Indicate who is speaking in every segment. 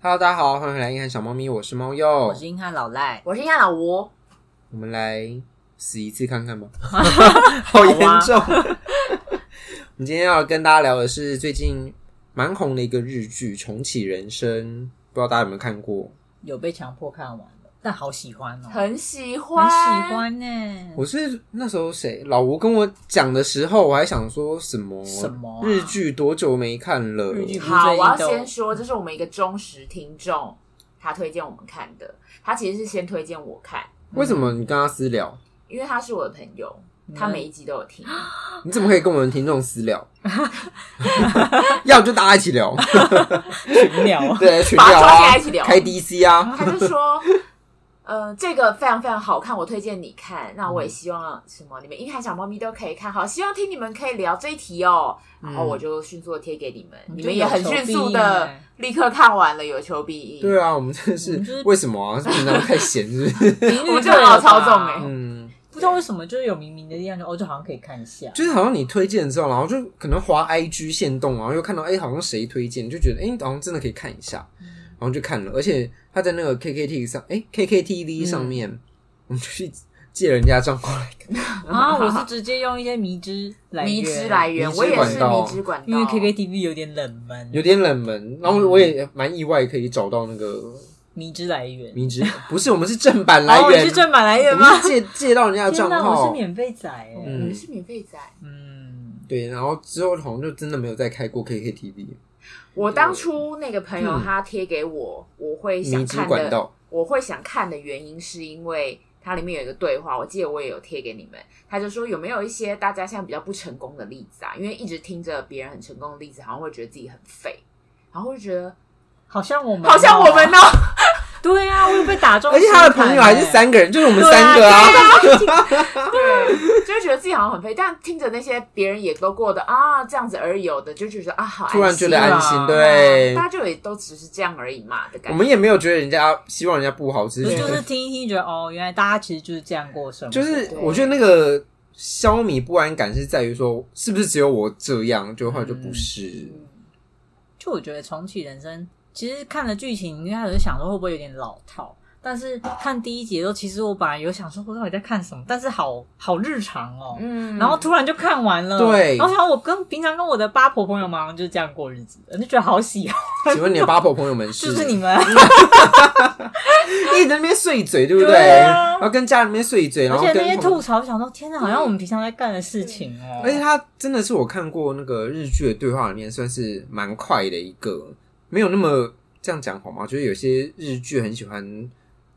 Speaker 1: Hello，大家好，欢迎回来《硬汉小猫咪》，我是猫鼬，
Speaker 2: 我是硬汉老赖，
Speaker 3: 我是亚老吴，
Speaker 1: 我们来死一次看看吧，好严重。我们今天要跟大家聊的是最近蛮红的一个日剧《重启人生》，不知道大家有没有看过？
Speaker 2: 有被强迫看完的，但好喜欢哦，
Speaker 3: 很喜
Speaker 2: 很
Speaker 3: 欢，
Speaker 2: 喜，欢呢、
Speaker 1: 我是那时候谁老吴跟我讲的时候，我还想说什么
Speaker 2: 什么啊
Speaker 1: 日剧多久没看了？
Speaker 2: 日剧
Speaker 3: 好，我要
Speaker 2: 最近都
Speaker 3: 先说，这是我们一个忠实听众，他推荐我们看的，他其实是先推荐我看，
Speaker 1: 为什么你跟他私聊？
Speaker 3: 因为他是我的朋友，
Speaker 2: 嗯
Speaker 3: 他每一集都 有听，
Speaker 1: 你怎么可以跟我们听众私 聊？要不就大家一起聊，
Speaker 2: 群聊
Speaker 1: 对，群
Speaker 3: 把它
Speaker 1: 聊
Speaker 3: 抓起
Speaker 1: 啊
Speaker 3: 来一起，聊
Speaker 1: 开 DC 啊，
Speaker 3: 他就说。呃，这个非常非常好看，我推荐你看。那
Speaker 2: 嗯
Speaker 3: 我也希望什么，你们硬汉小猫咪都可以看。好，希望听你们可以聊这一题哦。然后我就迅速的贴给你们，
Speaker 2: 嗯
Speaker 3: 你们也很
Speaker 2: 就有
Speaker 3: 迅速
Speaker 2: 求必应
Speaker 3: 的
Speaker 2: 哎
Speaker 3: 立刻看完了，有求必应。
Speaker 1: 对啊，我们真的
Speaker 2: 我
Speaker 1: 是
Speaker 2: 们就是
Speaker 1: 为什么啊？是平常太闲是 不是？
Speaker 2: 频率
Speaker 3: 我们就
Speaker 2: 对了
Speaker 3: 老操
Speaker 2: 吧
Speaker 3: 纵哎
Speaker 1: 嗯，
Speaker 2: 不知道为什么就是有明明的地方，就哦，就好像可以看一下，
Speaker 1: 就是好像你推荐之后，然后就可能滑 IG 线动，然后又看到哎、好像谁推荐，就觉得哎、好像真的可以看一下，
Speaker 2: 嗯
Speaker 1: 然后就看了。而且他在那个 KKT 上，哎、KKTV
Speaker 2: 嗯
Speaker 1: 上面，我们就去借人家账号来 看。
Speaker 2: 啊，我是直接用一些迷之来源
Speaker 3: 迷之来源哦
Speaker 1: 迷，之
Speaker 3: 我也
Speaker 1: 管
Speaker 3: 是
Speaker 1: 道
Speaker 3: 迷之管道，
Speaker 2: 因为 KKTV 有点冷门，
Speaker 1: 有点冷门，然后我也蛮意外可以找到那个
Speaker 2: 迷之来源，哦
Speaker 1: 名 字，不是我们是正版来
Speaker 2: 哦，你
Speaker 1: 源，
Speaker 2: 是正版来源
Speaker 1: 我
Speaker 2: 吗？
Speaker 1: 们是借借到人家的
Speaker 2: 天
Speaker 1: 账
Speaker 2: 哪，我
Speaker 1: 号
Speaker 2: 是，免费仔哎，
Speaker 1: 嗯
Speaker 3: 我们是免费仔。
Speaker 2: 嗯，
Speaker 1: 对，然后之后好像就真的没有再开过 KKTV，
Speaker 3: 我当初那个朋友
Speaker 1: 嗯
Speaker 3: 他贴给我，我会想
Speaker 1: 迷之
Speaker 3: 看
Speaker 1: 管
Speaker 3: 的，
Speaker 2: 哦
Speaker 1: 道，
Speaker 3: 我会想看的原因是因为它里面有一个对话，我记得我也有贴给你们，他就说有没有一些大家现在比较不成功的例子啊？因为一直听着别人很成功的例子，好像会觉得自己很废，然后会觉得
Speaker 2: 好像我们哦，
Speaker 3: 好像我们呢，
Speaker 2: 对啊，我又被打中，
Speaker 1: 而且他的朋友还是。三个人，就是我们三个啊，
Speaker 3: 对，就会觉得自己好像很废，但听着那些别人也都过得啊这样子而有的，就觉得啊好 安
Speaker 1: 突然觉得
Speaker 3: 心啊
Speaker 1: 安心，对
Speaker 3: 大，家就也都只是这样而已嘛的
Speaker 1: 我
Speaker 3: 感觉。
Speaker 1: 们也没有觉得人家希望人家不好，只
Speaker 2: 不
Speaker 1: 是
Speaker 2: 是
Speaker 1: 觉
Speaker 2: 就是
Speaker 1: 得
Speaker 2: 听一听，觉得哦，原来大家其实就是这样过生活，
Speaker 1: 就是
Speaker 3: 对
Speaker 1: 我觉得那个消弭不安感是在于说，是不是只有我这样，就后来就不是，
Speaker 2: 嗯
Speaker 3: 嗯
Speaker 2: 就我觉得重启人生，其实看了剧情，一开始就想说会不会有点老套，但是看第一集的时候，其实我本来有想说我到底在看什么，但是好好日常哦。
Speaker 3: 嗯
Speaker 2: 然后突然就看完了，
Speaker 1: 对
Speaker 2: 然后想我跟平常跟我的八婆朋友们好像就是这样过日子的，就觉得好喜欢，
Speaker 1: 请问你的八婆朋友们
Speaker 2: 就是你们，
Speaker 1: 一直在那边碎嘴，对不对？
Speaker 2: 对啊
Speaker 1: 然后跟家人那边碎嘴，然
Speaker 2: 而
Speaker 1: 后
Speaker 2: 且
Speaker 1: 跟
Speaker 2: 那些
Speaker 1: 同
Speaker 2: 吐槽，想说天哪，好像我们平常在干的事情哦。
Speaker 1: 而且他真的是我看过那个日剧的对话里面算是蛮快的一个，没有那么这样讲好吗？就是有些日剧很喜欢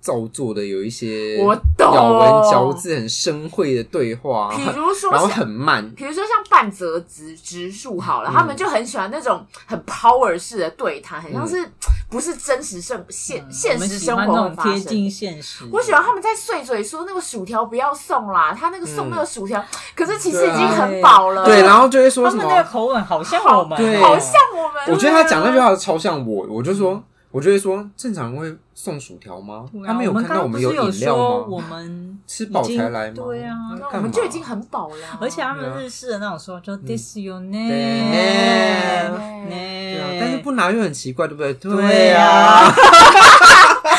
Speaker 1: 造作的，有一些
Speaker 3: 我懂
Speaker 1: 咬文嚼字很生晦的对话，
Speaker 3: 比如 说
Speaker 1: 然后
Speaker 3: 像
Speaker 1: 很嗯慢。
Speaker 3: 比如说像半泽直直树好了，他们就很喜欢那种很 power 式的对谈，很像是
Speaker 1: 嗯
Speaker 3: 不是真实生现、现
Speaker 2: 我们
Speaker 3: 实
Speaker 2: 喜
Speaker 3: 生
Speaker 2: 欢
Speaker 3: 活
Speaker 2: 那
Speaker 3: 会
Speaker 2: 种
Speaker 3: 发
Speaker 2: 贴
Speaker 3: 生。
Speaker 2: 近现实，
Speaker 3: 我喜欢他们在碎嘴说那个薯条不要送啦，他那个
Speaker 1: 嗯
Speaker 3: 送那个薯条，可是其实
Speaker 1: 对
Speaker 3: 已
Speaker 1: 啊
Speaker 3: 经很饱 了。
Speaker 1: 对，然后就会说
Speaker 2: 他
Speaker 1: 什
Speaker 2: 们那个
Speaker 1: 么？
Speaker 2: 口吻好像我们哦，
Speaker 1: 对
Speaker 3: 好像我们，啊
Speaker 1: 我觉得他讲那句话超像我，我就说，我就会说，正常人会送薯条吗？
Speaker 2: 对啊
Speaker 1: 他没有看到
Speaker 2: 我
Speaker 1: 我们
Speaker 2: 们刚刚不
Speaker 1: 饮
Speaker 2: 是有
Speaker 1: 料
Speaker 2: 说
Speaker 1: 吗？
Speaker 2: 我们
Speaker 1: 吃饱才来
Speaker 2: 已
Speaker 1: 吗？
Speaker 2: 经对啊，
Speaker 3: 那
Speaker 1: 干嘛
Speaker 3: 我们就已经很饱了。
Speaker 2: 而且他
Speaker 1: 对啊
Speaker 2: 们日式的那种说，就 this
Speaker 1: 嗯
Speaker 2: your
Speaker 1: 对
Speaker 2: name，
Speaker 1: 对啊
Speaker 2: name，
Speaker 1: 但是不拿又很奇怪，对不对？
Speaker 2: 哎对
Speaker 1: 啊，
Speaker 2: 啊
Speaker 1: 就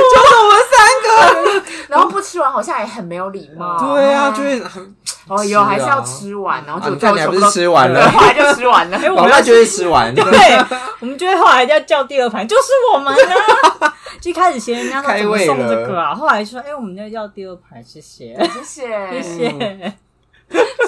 Speaker 1: 我们三个。
Speaker 3: 然后不吃完好像也很没有礼貌。
Speaker 1: 对啊，就是很
Speaker 3: 哦
Speaker 1: 是
Speaker 3: 有
Speaker 1: 啊
Speaker 3: 还是要吃完，然后就
Speaker 1: 啊但你还不是吃完了
Speaker 3: 对后来就吃完了。
Speaker 2: 哎，我
Speaker 1: 老
Speaker 2: 们
Speaker 1: 爸
Speaker 2: 要
Speaker 1: 就会吃完，
Speaker 2: 对，我们就会后来要叫第二盘，就是我们啊。就一开始嫌人家说
Speaker 1: 开
Speaker 2: 怎么
Speaker 1: 胃
Speaker 2: 送这
Speaker 1: 了
Speaker 2: 个啊，后来说哎，我们要要第二盘，谢谢，
Speaker 3: 谢
Speaker 2: 谢
Speaker 3: 谢，
Speaker 2: 谢。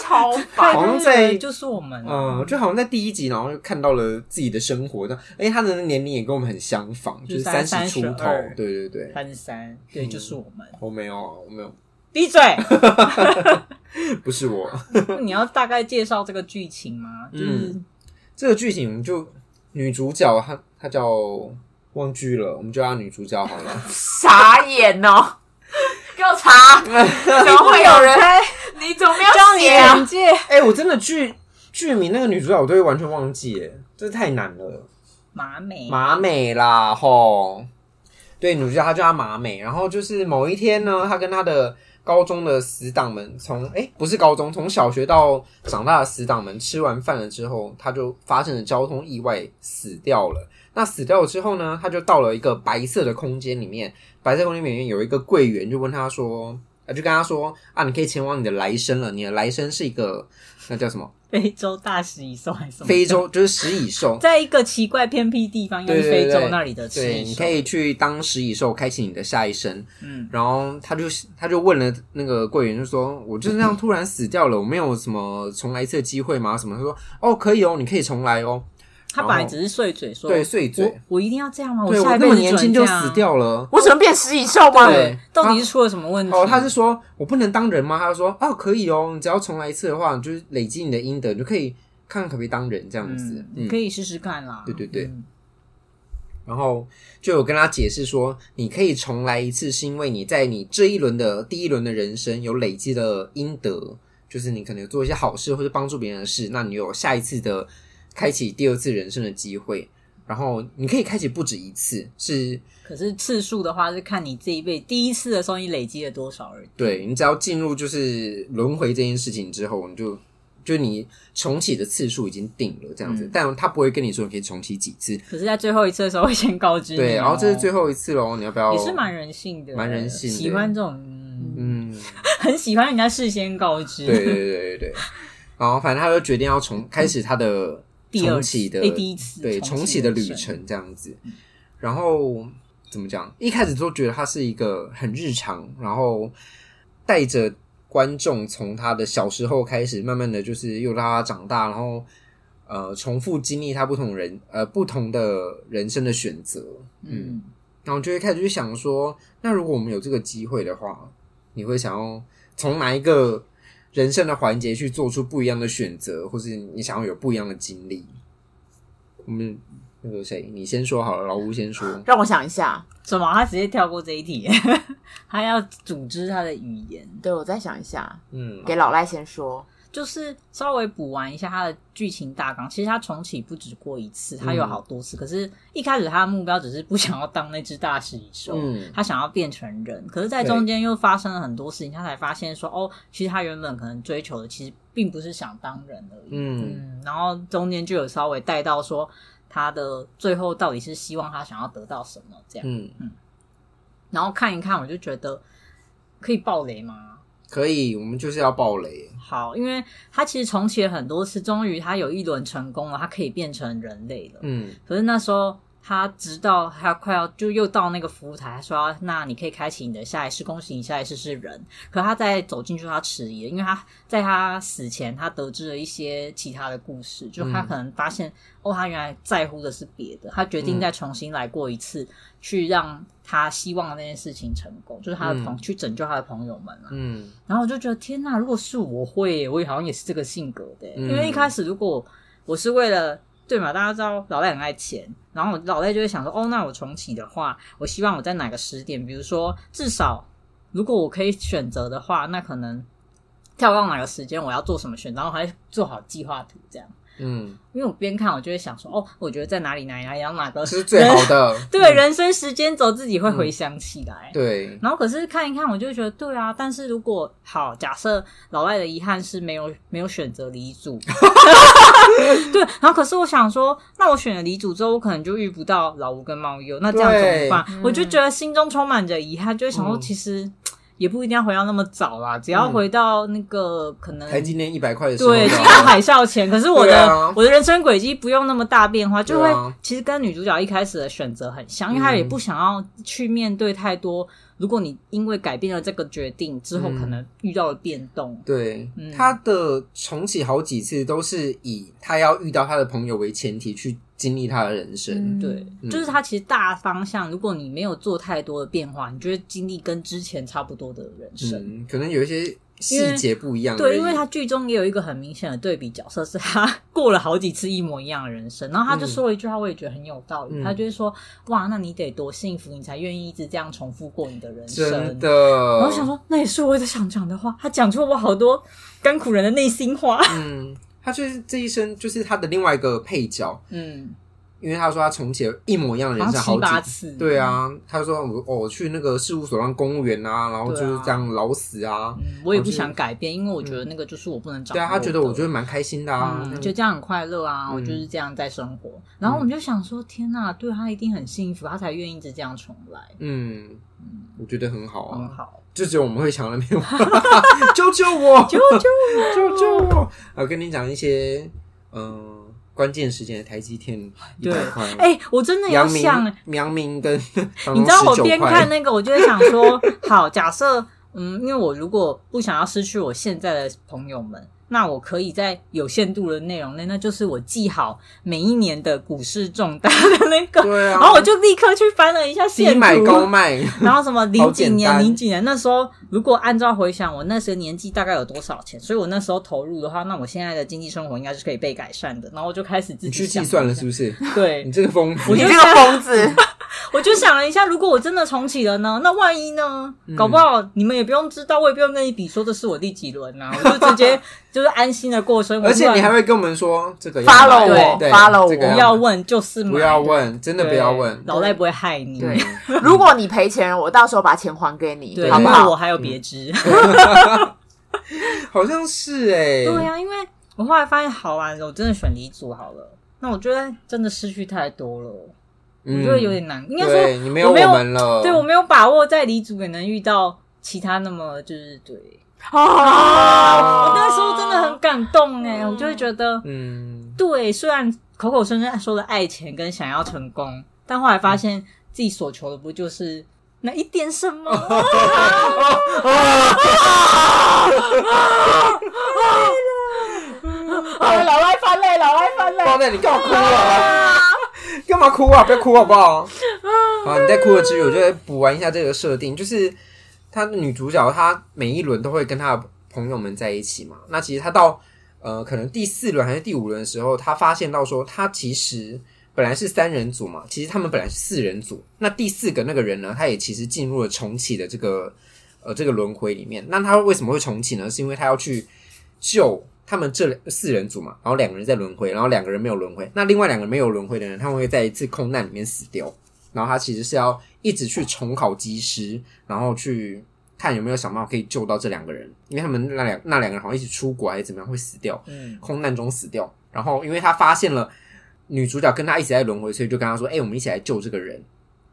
Speaker 3: 超
Speaker 2: 对
Speaker 3: 饱。
Speaker 1: 嗯好像
Speaker 2: 就是
Speaker 1: 在
Speaker 2: 就是我们啊，
Speaker 1: 嗯，就好像在第一集，然后看到了自己的生活，这样，哎，他的年龄也跟我们很相仿，就是
Speaker 2: 就
Speaker 1: 三
Speaker 2: 三
Speaker 1: 十出头
Speaker 2: 32，
Speaker 1: 对对对，
Speaker 2: 三十三，对，
Speaker 1: 嗯
Speaker 2: 就是我们。
Speaker 1: 我没有，我没有，
Speaker 2: 闭嘴！
Speaker 1: 不是我。
Speaker 2: 你要大概介绍这个剧情吗？
Speaker 1: 嗯
Speaker 2: 就是
Speaker 1: 这个剧情就女主角她她叫忘记了，我们就叫她女主角好了。
Speaker 3: 傻眼哦！ 给我查， 怎么会有人？你怎么没有写啊？
Speaker 2: 简介
Speaker 1: 哎，我真的剧剧名那个女主角我都会完全忘记，哎，这太难了。
Speaker 2: 马美
Speaker 1: 马美啦，吼，对，女主角她叫她马美。然后就是某一天呢，她跟她的高中的死党们从，哎不是高中，从小学到长大的死党们吃完饭了之后，她就发生了交通意外死掉了。那死掉之后呢，他就到了一个白色的空间里面，白色空间里面有一个柜员就问他说，啊，就跟他说啊，你可以前往你的来生了，你的来生是一个那叫什么？
Speaker 2: 非洲大食蚁兽还是什么？，
Speaker 1: 非洲就是食蚁兽
Speaker 2: 在一个奇怪偏僻地方，应该是
Speaker 1: 对对
Speaker 2: 非
Speaker 1: 对
Speaker 2: 洲那里的食
Speaker 1: 对，
Speaker 2: 蚁
Speaker 1: 你
Speaker 2: 兽
Speaker 1: 可。以去当食蚁兽，开启你的下一生。
Speaker 2: 嗯，
Speaker 1: 然后他就他就问了那个柜员，就说：“我就是那样突然死掉了，我没有什么重来一次的机会吗？”什么？他说：“哦，可以哦，你可以重来哦。
Speaker 2: 他本来只是碎嘴”说，
Speaker 1: 对，碎嘴
Speaker 2: 我，我一定要这样吗？
Speaker 1: 对
Speaker 2: 下
Speaker 1: 我
Speaker 2: 一
Speaker 1: 那
Speaker 2: 辈
Speaker 1: 么
Speaker 2: 子
Speaker 1: 年轻
Speaker 2: 准
Speaker 1: 就
Speaker 2: 这样啊
Speaker 1: 死。掉了。
Speaker 3: 我怎么变食蚁兽吗？
Speaker 1: 对
Speaker 2: 到底是出了什么问题？
Speaker 1: 哦，他是说我不能当人吗？他就说：“哦，可以哦，你只要重来一次的话，你就是累积你的阴德，你就可以看看可不可以当人这样子。嗯”
Speaker 2: 可以试试看啦。
Speaker 1: 对对对
Speaker 2: 嗯
Speaker 1: 然后就有跟他解释说，你可以重来一次，是因为你在你这一轮的第一轮的人生有累积的阴德，就是你可能有做一些好事或者帮助别人的事，那你有下一次的开启第二次人生的机会。然后你可以开启不止一次，是
Speaker 2: 可是次数的话是看你这一辈第一次的时候你累积了多少而已。
Speaker 1: 对你只要进入就是轮回这件事情之后，你就就你重启的次数已经定了这样子，
Speaker 2: 嗯
Speaker 1: 但他不会跟你说你可以重启几次，
Speaker 2: 可是，在最后一次的时候会先告知你哦、哦
Speaker 1: 对，然后这是最后一次喽，你要不要？
Speaker 2: 也是蛮人性的，
Speaker 1: 蛮人性的
Speaker 2: 喜欢这种，嗯，
Speaker 1: 嗯。
Speaker 2: 很喜欢人家事先告知。
Speaker 1: 对对对对对。然后反正他就决定要重开始他的
Speaker 2: 第二
Speaker 1: 重
Speaker 2: 次
Speaker 1: 启的
Speaker 2: 诶第一次
Speaker 1: 对
Speaker 2: 重
Speaker 1: 重
Speaker 2: 启
Speaker 1: 启
Speaker 2: 的
Speaker 1: 的旅
Speaker 2: 人生
Speaker 1: 程这样子。然后怎么讲？一开始都觉得他是一个很日常，然后带着观众从他的小时候开始，慢慢的就是又让他长大，然后呃重复经历他不同人呃不同的人生的选择。嗯，
Speaker 2: 嗯，
Speaker 1: 然后就会开始去想说，那如果我们有这个机会的话，你会想要从哪一个人生的环节去做出不一样的选择，或是你想要有不一样的经历？我们那个谁，你先说好了，老吴先说。
Speaker 3: 让我想一下，
Speaker 2: 怎么他直接跳过这一题？ 他要组织他的语言，
Speaker 3: 对我再想一下，
Speaker 1: 嗯，
Speaker 3: 给老赖先说。
Speaker 2: 就是稍微补完一下他的剧情大纲。其实他重启不止过一次，他有好多
Speaker 1: 嗯
Speaker 2: 次。可是，一开始他的目标只是不想要当那只大食蚁兽，
Speaker 1: 嗯，
Speaker 2: 他想要变成人，可是，在中间又发生了很多事情，他才发现说，哦，其实他原本可能追求的其实并不是想当人而已。
Speaker 1: 嗯
Speaker 2: 然后中间就有稍微带到说，他的最后到底是希望他想要得到什么这样。
Speaker 1: 嗯，
Speaker 2: 然后看一看，我就觉得可以爆雷吗？
Speaker 1: 可以，我们就是要爆雷。
Speaker 2: 好，因为他其实重启了很多次，终于他有一轮成功了，他可以变成人类了。
Speaker 1: 嗯
Speaker 2: 可是那时候他直到他快要就又到那个服务台，他说：“那你可以开启你的下一世，恭喜你下一世是人。”可他在走进去，他迟疑了，因为他在他死前，他得知了一些其他的故事，就他
Speaker 1: 嗯
Speaker 2: 可能发现、哦，他原来在乎的是别的，他决定
Speaker 1: 嗯
Speaker 2: 再重新来过一次，去让他希望的那件事情成功，就是他的朋、
Speaker 1: 嗯
Speaker 2: 去拯救他的朋友们啊。
Speaker 1: 嗯
Speaker 2: 然后我就觉得天呐，如果是我会耶，我也好像也是这个性格的耶、欸
Speaker 1: 嗯
Speaker 2: 因为一开始如果我是为了对嘛，大家知道老赖很爱钱，然后我老赖就会想说，哦，那我重启的话，我希望我在哪个时点，比如说至少如果我可以选择的话，那可能跳到哪个时间我要做什么选择，然后还做好计划图这样。
Speaker 1: 嗯，
Speaker 2: 因为我边看我就会想说，哦，我觉得在哪里哪里哪里，然后哪 个
Speaker 1: 这是最好的。 嗯
Speaker 2: 对人生时间轴自己会回想起来。
Speaker 1: 对，
Speaker 2: 然后可是看一看，我就觉得对啊。但是如果好，假设老赖的遗憾是没有 没有选择离组，对。然后可是我想说，那我选了离组之后，我可能就遇不到老吴跟猫友，那这样怎么办？我就觉得心中充满着遗憾，就会想说，
Speaker 1: 嗯
Speaker 2: 其实也不一定要回到那么早啦，只要回到那个可能
Speaker 1: 台积电一百块的时候，
Speaker 2: 对，
Speaker 1: 就好
Speaker 2: 进入
Speaker 1: 了
Speaker 2: 海啸前，可是我
Speaker 1: 对
Speaker 2: 的、
Speaker 1: 啊
Speaker 2: 我的人生轨迹不用那么大变化，就会、
Speaker 1: 对啊
Speaker 2: 其实跟女主角一开始的选择很像，因为她
Speaker 1: 嗯
Speaker 2: 也不想要去面对太多。如果你因为改变了这个决定之后，
Speaker 1: 嗯
Speaker 2: 可能遇到了变动，
Speaker 1: 对
Speaker 2: 嗯，
Speaker 1: 他的重启好几次都是以他要遇到他的朋友为前提去经历他的人生。
Speaker 2: 对，
Speaker 1: 嗯
Speaker 2: 就是它其实大方向，如果你没有做太多的变化，你就会经历跟之前差不多的人生。
Speaker 1: 嗯，可能有一些细节不一样而已。
Speaker 2: 对，因为他剧中也有一个很明显的对比角色，是他过了好几次一模一样的人生，然后他就说了一句话，我也觉得很有道理，
Speaker 1: 嗯
Speaker 2: 他就是说，哇，那你得多幸福，你才愿意一直这样重复过你的人生。
Speaker 1: 真的，
Speaker 2: 然后我想，说，那也是我一直想讲的话，他讲出了我好多甘苦人的内心话。
Speaker 1: 嗯，他就是这一生就是他的另外一个配角，
Speaker 2: 嗯，
Speaker 1: 因为他说他重启了一模一样的人
Speaker 2: 好
Speaker 1: 生
Speaker 2: 像七
Speaker 1: 好
Speaker 2: 八
Speaker 1: 几。
Speaker 2: 次，
Speaker 1: 对，啊，他说我哦，我去那个事务所当公务员啊，然后就是这样老死啊。
Speaker 2: 嗯，我也不想改变，因为我觉得那个就是我不能掌
Speaker 1: 嗯
Speaker 2: 握
Speaker 1: 对
Speaker 2: 的。
Speaker 1: 啊，他觉得我觉得蛮开心的啊。
Speaker 2: 嗯，
Speaker 1: 嗯
Speaker 2: 就这样很快乐啊！
Speaker 1: 嗯
Speaker 2: 我就是这样在生活，然后我们就想说，天呐，对他一定很幸福，他才愿意一直这样重来，
Speaker 1: 嗯，我觉得很好啊，
Speaker 2: 很好。
Speaker 1: 就只有我们会想到那 边，救救我，
Speaker 2: 就就
Speaker 1: 救救我！我跟你讲一些嗯、呃关键时间的台积电一
Speaker 2: 对
Speaker 1: 百块，
Speaker 2: 哎、我真的
Speaker 1: 嗯
Speaker 2: 有
Speaker 1: 阳明
Speaker 2: 想，
Speaker 1: 阳明跟长
Speaker 2: 你
Speaker 1: 荣
Speaker 2: 知道我
Speaker 1: 19
Speaker 2: 边
Speaker 1: 块
Speaker 2: 看那个，我就会想说，好，假设嗯，因为我如果不想要失去我现在的朋友们，那我可以在有限度的内容内，那就是我记好每一年的股市重大的那个，
Speaker 1: 对啊，
Speaker 2: 然后我就立刻去翻了一下线
Speaker 1: 低
Speaker 2: 图，
Speaker 1: 买高卖，
Speaker 2: 然后什么零几
Speaker 1: 好简
Speaker 2: 年、
Speaker 1: 单
Speaker 2: 零几年那时候，如果按照回想我那时候年纪大概有多少钱，所以我那时候投入的话，那我现在的经济生活应该是可以被改善的。然后我就开始自
Speaker 1: 你去
Speaker 2: 己想
Speaker 1: 计算了是不是？
Speaker 2: 对
Speaker 1: 你，这个疯子
Speaker 2: 我
Speaker 3: 你
Speaker 2: 就
Speaker 3: 这
Speaker 2: 是
Speaker 3: 个疯子，
Speaker 2: 我就想了一下，如果我真的重启了呢？ 那万一呢
Speaker 1: 嗯？
Speaker 2: 搞不好你们也不用知道，我也不用跟你比说这是我第几轮啊， 我就直接就是安心的过生活。
Speaker 1: 而且你还
Speaker 2: 会
Speaker 1: 会跟我们说这个要
Speaker 3: Follow
Speaker 1: 买
Speaker 2: 我
Speaker 1: 对
Speaker 3: follow
Speaker 1: 这个
Speaker 3: 我
Speaker 2: 不
Speaker 1: 买
Speaker 2: 要问，就是
Speaker 1: 不要问，真的
Speaker 2: 对，
Speaker 1: 不要问。
Speaker 2: 老赖不会害你。
Speaker 3: 对，如果你赔钱，我到时候把钱还给你
Speaker 2: 对，，
Speaker 3: 好
Speaker 2: 因
Speaker 3: 不
Speaker 2: 为
Speaker 3: 好
Speaker 2: 我？还有
Speaker 1: 嗯
Speaker 2: 别枝。
Speaker 1: 好像是哎，
Speaker 2: 对啊呀、因为我后来发现好玩，我真的选离组好了。那我觉得真的失去太多了，
Speaker 1: 嗯，
Speaker 2: 我觉得有点难。应该
Speaker 1: 对
Speaker 2: 说，
Speaker 1: 你没有
Speaker 2: 我没有
Speaker 1: 我们了，
Speaker 2: 对我没有把握在离组也能遇到其他那么就是对。
Speaker 1: 哦
Speaker 3: 啊
Speaker 2: 我那时候真的很感动哎、我就会觉得，
Speaker 1: 嗯，
Speaker 2: 对，虽然口口声声说的爱钱跟想要成功，但后来
Speaker 1: 嗯
Speaker 2: 发现自己所求的不就是那一点什么？
Speaker 3: 啊老外翻泪，老外翻泪。
Speaker 1: 包蛋，你干嘛哭啊？干嘛哭啊？不要哭好不好？好，你在哭的之余，我就来补完一下这个设定，就是她的女主角，她每一轮都会跟她的朋友们在一起嘛。那其实她到呃，可能第四轮还是第五轮的时候，她发现到说，她其实本来是三人组嘛，其实他们本来是四人组。那第四个那个人呢，他也其实进入了重启的这个呃这个轮回里面。那他为什么会重启呢？是因为他要去救他们这四人组嘛，然后两个人在轮回，然后两个人没有轮回，那另外两个没有轮回的人，他们会在一次空难里面死掉。然后他其实是要一直去重考机师，然后去看有没有想办法可以救到这两个人，因为他们那两那两个人好像一起出国还是怎么样会死掉，
Speaker 2: 嗯，
Speaker 1: 空难中死掉。然后因为他发现了女主角跟他一起在轮回，所以就跟他说：“哎、我们一起来救这个人。”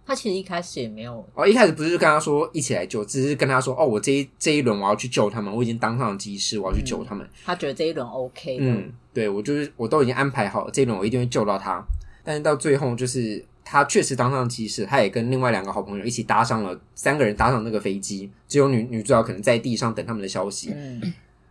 Speaker 2: 他其实一开始也没有，
Speaker 1: 哦，一开始不是就跟他说一起来救，只是跟他说：“哦，我这一这一轮我要去救他们，我已经当上了机师，我要去救他们。
Speaker 2: 他觉得这一轮 OK 的，
Speaker 1: 嗯，对我就是我都已经安排好了，这一轮我一定会救到他。但是到最后，就是他确实当上机师，他也跟另外两个好朋友一起搭上了三个人搭上那个飞机，只有女女主角可能在地上等他们的消息，
Speaker 2: 嗯，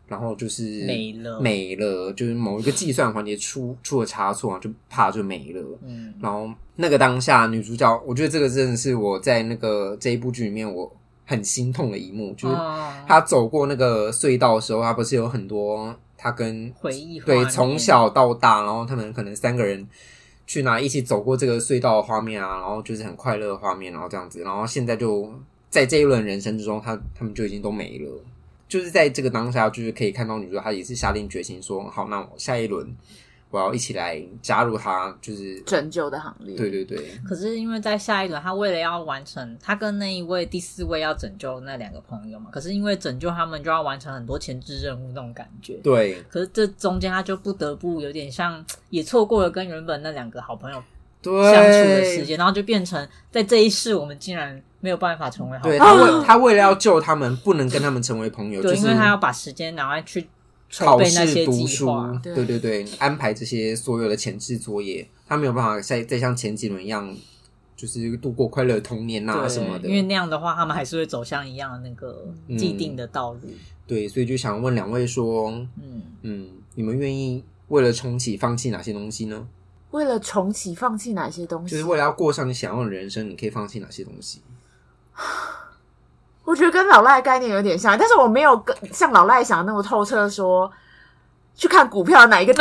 Speaker 1: 然后就是
Speaker 2: 没了
Speaker 1: 没了，就是某一个计算环节出出了差错，然后就怕就没了。
Speaker 2: 嗯，
Speaker 1: 然后那个当下，女主角，我觉得这个真的是我在那个这一部剧里面我很心痛的一幕， 就是
Speaker 2: 哦
Speaker 1: 她走过那个隧道的时候，她不是有很多她跟
Speaker 2: 回忆画
Speaker 1: 对
Speaker 2: 面
Speaker 1: 从小到大，然后他们可能三个人去哪一起走过这个隧道的画面啊，然后就是很快乐的画面，然后这样子，然后现在就在这一轮人生之中，她他们就已经都没了。就是在这个当下，就是可以看到女主角她也是下定决心说，好，那我下一轮我要一起来加入她，就是
Speaker 3: 拯救的行列，
Speaker 1: 对对对，
Speaker 2: 可是因为在下一轮，他为了要完成他跟那一位第四位要拯救那两个朋友嘛，可是因为拯救他们就要完成很多前置任务那种感觉。
Speaker 1: 对
Speaker 2: 可是这中间他就不得不有点像，也错过了跟原本那两个好朋友
Speaker 1: 对，
Speaker 2: 相处的时。间，然后就变成在这一世我们竟然没有办法成为好朋
Speaker 1: 对
Speaker 2: 友，
Speaker 1: 他为他为了要救他们，不能跟他们成为朋友，就
Speaker 2: 对，
Speaker 1: 是
Speaker 2: 因为他要把时间拿来去筹
Speaker 1: 考
Speaker 2: 备
Speaker 1: 试、
Speaker 2: 那些
Speaker 1: 读
Speaker 2: 计
Speaker 1: 书
Speaker 2: 划，，
Speaker 1: 对
Speaker 3: 对
Speaker 1: 对对，安排这些所有的前置作业，他没有办法再再像前几轮一样，就是度过快乐的童年啊
Speaker 2: 对
Speaker 1: 什么的
Speaker 2: 因。为那样的话，他们还是会走向一样的那个
Speaker 3: 嗯
Speaker 2: 既定的道路。
Speaker 1: 对，所以就想问两位说，
Speaker 2: 嗯，
Speaker 1: 嗯，你们愿意为了重启放弃哪些东西呢？
Speaker 3: 为了重启，放弃哪些东西？
Speaker 1: 就是为了要过上你想要的人生，你可以放弃哪些东西？
Speaker 3: 我觉得跟老赖的概念有点像，但是我没有跟像老赖想的那么透彻说去看股票哪 一个。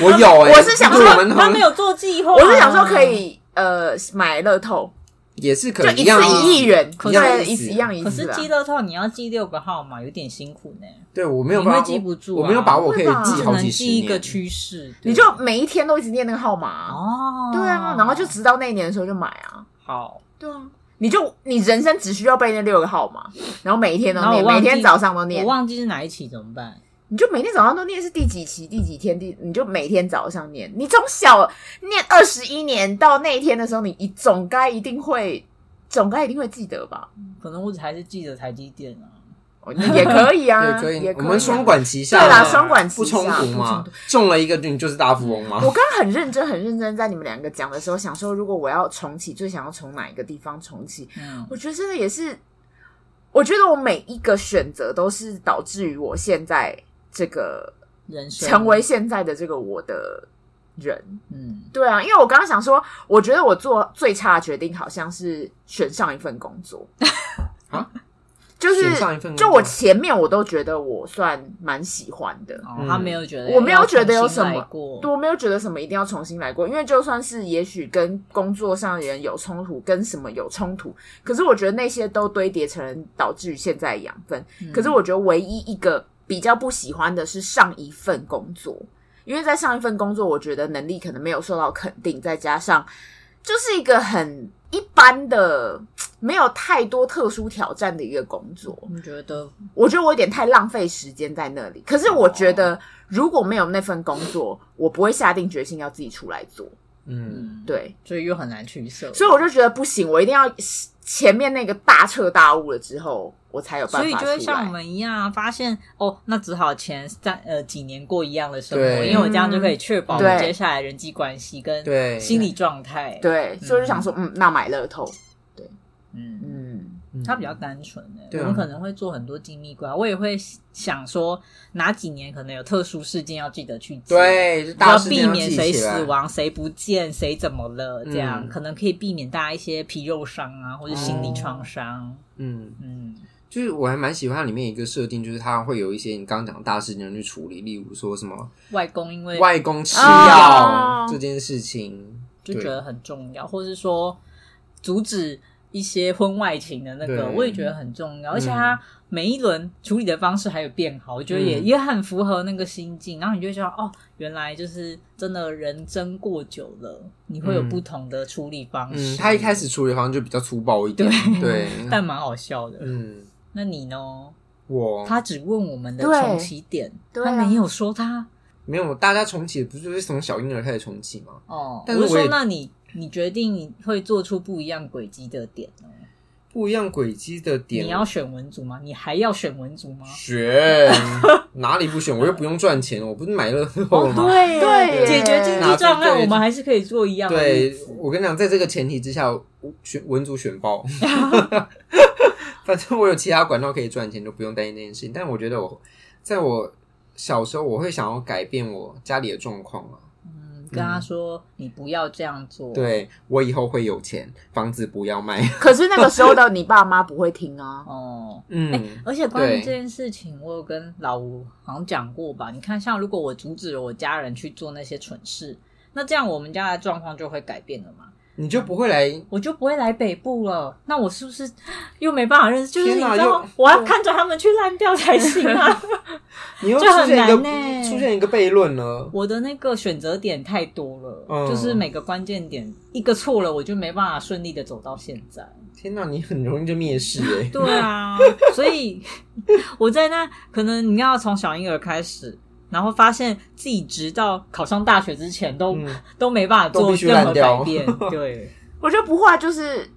Speaker 1: 我有、欸，
Speaker 3: 我是想
Speaker 1: 这个
Speaker 3: 说
Speaker 1: 我们
Speaker 2: 他没有做计划啊，
Speaker 3: 我是想说可以呃买乐透，
Speaker 1: 也是可
Speaker 3: 就
Speaker 1: 能
Speaker 3: 一
Speaker 1: 样啊
Speaker 3: 次
Speaker 1: 意
Speaker 3: 一亿
Speaker 1: 思
Speaker 3: 元，
Speaker 2: 啊可
Speaker 3: 对，
Speaker 1: 是
Speaker 3: 一一样一
Speaker 2: 可是
Speaker 3: 次啊。
Speaker 2: 记乐透你要记六个号码，有点辛苦呢，
Speaker 1: 对我没
Speaker 2: 你
Speaker 1: 有办
Speaker 2: 会
Speaker 1: 法，
Speaker 2: 记不住啊，
Speaker 1: 我没有把握可以
Speaker 3: 会吧
Speaker 1: 记
Speaker 2: 只
Speaker 1: 好
Speaker 2: 能
Speaker 1: 几十
Speaker 2: 记一个
Speaker 1: 年。
Speaker 2: 趋势，对
Speaker 3: 你就每一天都一直念那个号码，
Speaker 2: 哦，
Speaker 3: 对啊，然后就直到那一年的时候就买啊，
Speaker 2: 好，
Speaker 3: 对啊，你就你人生只需要背那六个号码，然后每一天都
Speaker 2: 然后我
Speaker 3: 念，
Speaker 2: 忘
Speaker 3: 每
Speaker 2: 记
Speaker 3: 天早上都
Speaker 2: 我
Speaker 3: 念，
Speaker 2: 忘记是哪一期怎么办？
Speaker 3: 你就每天早上都念是第几期、第几天、第，你就每天早上念，你从小念二十一年到那一天的时候，你一总该一定会，总该一定会记得吧？
Speaker 2: 可能我只还是记得台积电啊，
Speaker 3: 哦那也可以啊，
Speaker 1: 也可以，
Speaker 3: 也
Speaker 1: 我们双管齐下
Speaker 3: 对
Speaker 1: 嘛，
Speaker 3: 啦，双管齐
Speaker 1: 不
Speaker 3: 下
Speaker 1: 冲突嘛，中了一个你就是大富翁嘛。
Speaker 3: 我刚刚很认真、很认真，在你们两个讲的时候，想说如果我要重启，最想要从哪一个地方重启？
Speaker 2: 嗯，
Speaker 3: 我觉得真的也是，我觉得我每一个选择都是导致于我现在这个
Speaker 2: 人生
Speaker 3: 成为现在的这个我的人。
Speaker 2: 嗯
Speaker 3: 对啊，因为我刚刚想说，我觉得我做最差的决定好像是选上一份工作
Speaker 1: 啊，
Speaker 3: 就是
Speaker 1: 选上一份工作
Speaker 3: 就我前面我都觉得我算蛮喜欢的，
Speaker 2: 哦
Speaker 1: 嗯，
Speaker 2: 他没有觉得，
Speaker 3: 我没有觉得有什么
Speaker 2: 过，
Speaker 3: 对，我没有觉得什么一定要重新来过，因为就算是也许跟工作上的人有冲突，跟什么有冲突，可是我觉得那些都堆叠成导致于现在的养分。
Speaker 2: 嗯
Speaker 3: 可是我觉得唯一一个比较不喜欢的是上一份工作，因为在上一份工作，我觉得能力可能没有受到肯定，再加上就是一个很一般的、没有太多特殊挑战的一个工作。
Speaker 2: 我觉得
Speaker 3: 我觉得我有点太浪费时间在那里。可是我觉得
Speaker 2: 哦
Speaker 3: 如果没有那份工作，我不会下定决心要自己出来做。
Speaker 1: 嗯，
Speaker 2: 嗯，
Speaker 3: 对，
Speaker 2: 所以又很难取舍，
Speaker 3: 所以我就觉得不行，我一定要前面那个大彻大悟了之后，我才有办法
Speaker 2: 所
Speaker 3: 出
Speaker 2: 以
Speaker 3: 来。
Speaker 2: 就会像我们一样，发现哦，那只好前三呃几年过一样的生活，
Speaker 1: 对
Speaker 2: 因为我这样就可以确保我
Speaker 3: 对
Speaker 2: 接下来人际关系跟
Speaker 1: 对
Speaker 2: 心理状态。，
Speaker 3: 对，所以我就想说，嗯，那买乐透，
Speaker 2: 嗯，
Speaker 3: 嗯，
Speaker 1: 嗯
Speaker 2: 它比较单纯诶、
Speaker 1: 对啊
Speaker 2: 我们可能会做很多精密规划，我也会想说哪几年可能有特殊事件要记得去记。。
Speaker 1: 对，就大
Speaker 2: 要
Speaker 1: 事
Speaker 2: 避
Speaker 1: 件要
Speaker 2: 免
Speaker 1: 记
Speaker 2: 谁
Speaker 1: 起来
Speaker 2: 死，亡、谁不见、谁怎么了，这样、
Speaker 1: 嗯
Speaker 2: 可能可以避免大家一些皮肉伤啊，或者心理创伤。
Speaker 1: 嗯，
Speaker 2: 嗯，
Speaker 1: 就是我还蛮喜欢它里面一个设定，就是它会有一些你刚刚讲的大事件去处理，例如说什么
Speaker 2: 外公因为
Speaker 1: 外公吃
Speaker 3: 哦
Speaker 1: 药这件事情，
Speaker 2: 就
Speaker 1: 对
Speaker 2: 觉得很重要，或是说阻止一些婚外情的那个，
Speaker 1: 对
Speaker 2: 我也觉得很重要。而且
Speaker 1: 嗯
Speaker 2: 他每一轮处理的方式还有变好，我觉得也、
Speaker 1: 嗯
Speaker 2: 也很符合那个心境。然后你就会觉得哦，原来就是真的人真过久了，你会有
Speaker 1: 嗯
Speaker 2: 不同的处理方式。
Speaker 1: 嗯，他一开始处理好像就比较粗暴一点，对，
Speaker 2: 但蛮好笑的。
Speaker 1: 嗯，
Speaker 2: 那你呢？
Speaker 1: 我
Speaker 2: 他只问我们的
Speaker 3: 对
Speaker 2: 重启点，
Speaker 3: 对
Speaker 2: 他
Speaker 3: 啊
Speaker 2: 没有说他
Speaker 1: 没有，大家重启不是就是从小婴儿开始重启吗？
Speaker 2: 哦。
Speaker 1: 但是
Speaker 2: 我是
Speaker 1: 我也
Speaker 2: 说，那你你决定你会做出不一样轨迹的点呢？
Speaker 1: 不一样轨迹的点，
Speaker 2: 你要选文组吗？你还要选文组吗？
Speaker 1: 选哪里不选？我又不用赚钱，我不是买乐透了吗？
Speaker 2: 哦对
Speaker 3: 哦对耶
Speaker 2: 解决经济障碍，我们还是可以做一样的例
Speaker 1: 对
Speaker 2: 子。，
Speaker 1: 我跟你讲，在这个前提之下，我选文组选 爆，反正我有其他管道可以赚钱，就不用担心这件事情。但我觉得我在我小时候，我会想要改变我家里的状况啊。
Speaker 2: 嗯，跟他说你不要这样做。，，
Speaker 1: 对我以后会有钱，房子不要卖。
Speaker 3: 可是那个时候的你爸妈不会听啊
Speaker 2: 哦。
Speaker 1: 嗯，
Speaker 2: 而且关于
Speaker 1: 对
Speaker 2: 这件事情，我有跟老吴好像讲过吧？你看，像如果我阻止了我家人去做那些蠢事，那这样我们家的状况就会改变了嘛？
Speaker 1: 你就不会来。
Speaker 2: 我就不会来北部了。那我是不是 又没办法认识？就是你
Speaker 1: 天哪
Speaker 2: 知道
Speaker 1: 又，
Speaker 2: 我要看着他们去烂掉才行 啊！
Speaker 1: 你又出
Speaker 2: 就很
Speaker 1: 现一个
Speaker 2: 难欸
Speaker 1: 出现一个悖论了。
Speaker 2: 我的那个选择点太多了，
Speaker 1: 嗯
Speaker 2: 就是每个关键点一个错了，我就没办法顺利的走到现 在。
Speaker 1: 天哪，你很容易就蔑视哎、
Speaker 2: 对啊， 所以我在那可能你要从小婴儿开始，然后发现自己直到考上大学之前都、
Speaker 1: 嗯
Speaker 2: 都没办法
Speaker 1: 都
Speaker 2: 做
Speaker 1: 必须
Speaker 2: 任何
Speaker 1: 烂掉
Speaker 2: 改变。对，
Speaker 3: 我觉得不会啊，就是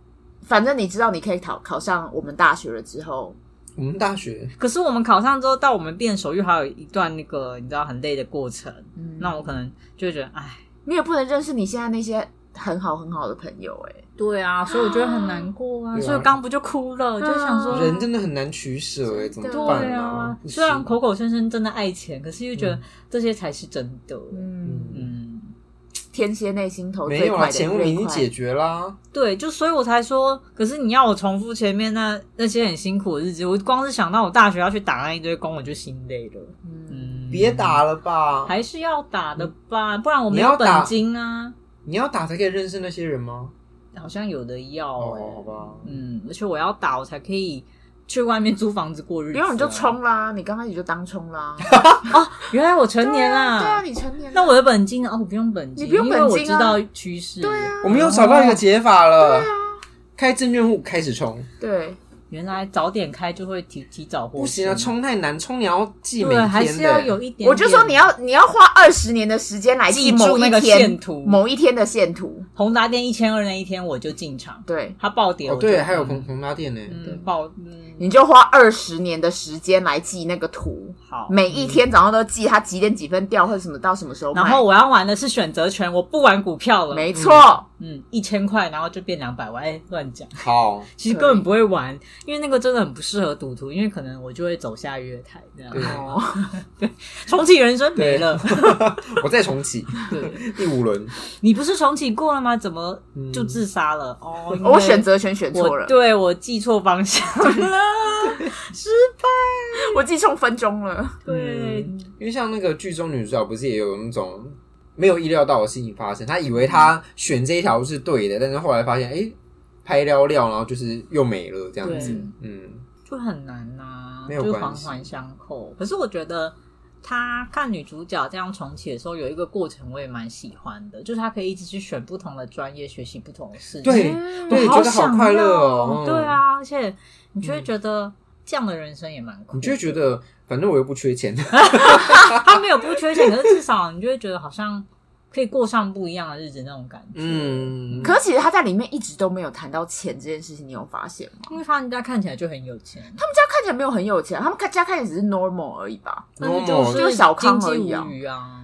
Speaker 3: 反正你知道你可以考考上我们大学了之后，
Speaker 1: 我们大学
Speaker 2: 可是我们考上之后，到我们变手语还有一段那个你知道很累的过程，
Speaker 3: 嗯，
Speaker 2: 那我可能就会觉得哎。
Speaker 3: 你也不能认识你现在那些很好很好的朋友、欸，哎，
Speaker 2: 对啊，所以我觉得很难过啊，
Speaker 1: 对啊
Speaker 2: 所以我刚不就哭了，就想说
Speaker 1: 人真的很难取舍哎、怎么
Speaker 3: 真的
Speaker 1: 办
Speaker 2: 嗯对啊，
Speaker 1: 不
Speaker 2: 虽然
Speaker 1: 行
Speaker 2: 口口声声真的爱钱，可是又觉得
Speaker 1: 嗯
Speaker 2: 这些才是真的。
Speaker 3: 嗯，
Speaker 2: 嗯，
Speaker 3: 天蝎内心头
Speaker 1: 没
Speaker 3: 最
Speaker 1: 有
Speaker 3: 快
Speaker 1: 啦，
Speaker 3: 的
Speaker 1: 前问
Speaker 3: 最
Speaker 1: 题已经
Speaker 3: 快
Speaker 1: 解决啦。
Speaker 2: 对，就所以我才说，可是你要我重复前面那那些很辛苦的日子，我光是想到我大学要去打那一堆工，我就心累了。
Speaker 3: 嗯，
Speaker 2: 嗯，
Speaker 1: 别，打了吧，
Speaker 2: 还是要打的吧，不然我
Speaker 1: 你
Speaker 2: 没
Speaker 1: 要
Speaker 2: 有本
Speaker 1: 打
Speaker 2: 金啊。
Speaker 1: 你要打才可以认识那些人吗？
Speaker 2: 好像有的要哎、
Speaker 1: 哦，好吧，
Speaker 2: 嗯，而且我要打我才可以去外面租房子过日子、啊
Speaker 3: 不用你就，冲啦，你刚开始就当冲啦。
Speaker 2: 原来我成年啦，
Speaker 3: 对啊，你成年了，
Speaker 2: 那我的本金哦，我不用本金，
Speaker 3: 你不用本金啊
Speaker 2: 因为我知道趋势。
Speaker 3: 对啊，
Speaker 1: 我们又找到一个解法了。
Speaker 2: 啊
Speaker 1: 开证券户开始冲，
Speaker 3: 对，
Speaker 2: 原来早点开就会提提早获
Speaker 1: 不行啊，
Speaker 2: 胜
Speaker 1: 冲太难，冲你要记每
Speaker 2: 对，
Speaker 1: 天的，哦
Speaker 2: 还是要有一点点。
Speaker 3: 我就说你要你要花二十年的时间来
Speaker 2: 记
Speaker 3: 记
Speaker 2: 住
Speaker 3: 某
Speaker 2: 那
Speaker 3: 一
Speaker 2: 个线
Speaker 3: 天
Speaker 2: 图，
Speaker 3: 某一天的线图，
Speaker 2: 宏达店一千二那一天我就进场，
Speaker 3: 对，
Speaker 2: 它暴跌
Speaker 1: 哦，
Speaker 2: 我就
Speaker 1: 对，还有红红拉店呢，
Speaker 2: 嗯暴嗯
Speaker 3: 你就花二十年的时间来记那个图，
Speaker 2: 好。
Speaker 3: 每一天早上都记它几点几分掉或者什么到什么时候卖，
Speaker 2: 然后我要玩的是选择权，我不玩股票了。
Speaker 3: 没错，
Speaker 2: 嗯，一千块，然后就变两百万，哎，乱讲。
Speaker 1: 好，
Speaker 2: 其实根本不会玩，因为那个真的很不适合赌徒，因为可能我就会走下月台这样
Speaker 1: 对，
Speaker 3: 哦，
Speaker 2: 重启人生没了。
Speaker 1: 我再重启
Speaker 2: 对，
Speaker 1: 第五轮，
Speaker 2: 你不是重启过了吗？怎么
Speaker 1: 嗯
Speaker 2: 就自杀 了？哦，因为
Speaker 3: 我选择权选错
Speaker 2: 我
Speaker 3: 了，
Speaker 2: 对我记错方向了， 失败。
Speaker 3: 我记冲分钟了，
Speaker 2: 对，
Speaker 1: 嗯因为像那个剧中女主角不是也有那种没有意料到的事情发生，她以为她选这一条是对的，但是后来发现，哎、拍撩料，然后就是又没了这样子
Speaker 2: 对，
Speaker 1: 嗯，
Speaker 2: 就很难呐、
Speaker 1: 没有
Speaker 2: 就
Speaker 1: 关
Speaker 2: 环
Speaker 1: 系
Speaker 2: 环相扣。可是我觉得他看女主角这样重启的时候，有一个过程我也蛮喜欢的，就是他可以一直去选不同的专业，学习不同的事情。
Speaker 1: 对
Speaker 3: 嗯
Speaker 1: 对，
Speaker 2: 我好
Speaker 1: 觉得好
Speaker 2: 想
Speaker 1: 快乐
Speaker 2: 要
Speaker 1: 哦、嗯嗯
Speaker 2: 对，啊，而且你就会觉得这样的人生也蛮酷的。
Speaker 1: 你就会觉得反正我又不缺钱，
Speaker 2: 他没有不缺钱，可是至少你就会觉得好像可以过上不一样的日子那种感觉。
Speaker 1: 嗯，
Speaker 3: 可是其实他在里面一直都没有谈到钱这件事情，你有发现吗？
Speaker 2: 因为他人家看起来就很有钱，
Speaker 3: 他们家看起来没有很有钱，他们家看起来只是 normal 而已吧，
Speaker 2: 但是
Speaker 1: normal
Speaker 2: 就
Speaker 3: 就是是小康
Speaker 2: 经
Speaker 3: 而
Speaker 2: 济
Speaker 3: 已啊
Speaker 2: 无语啊。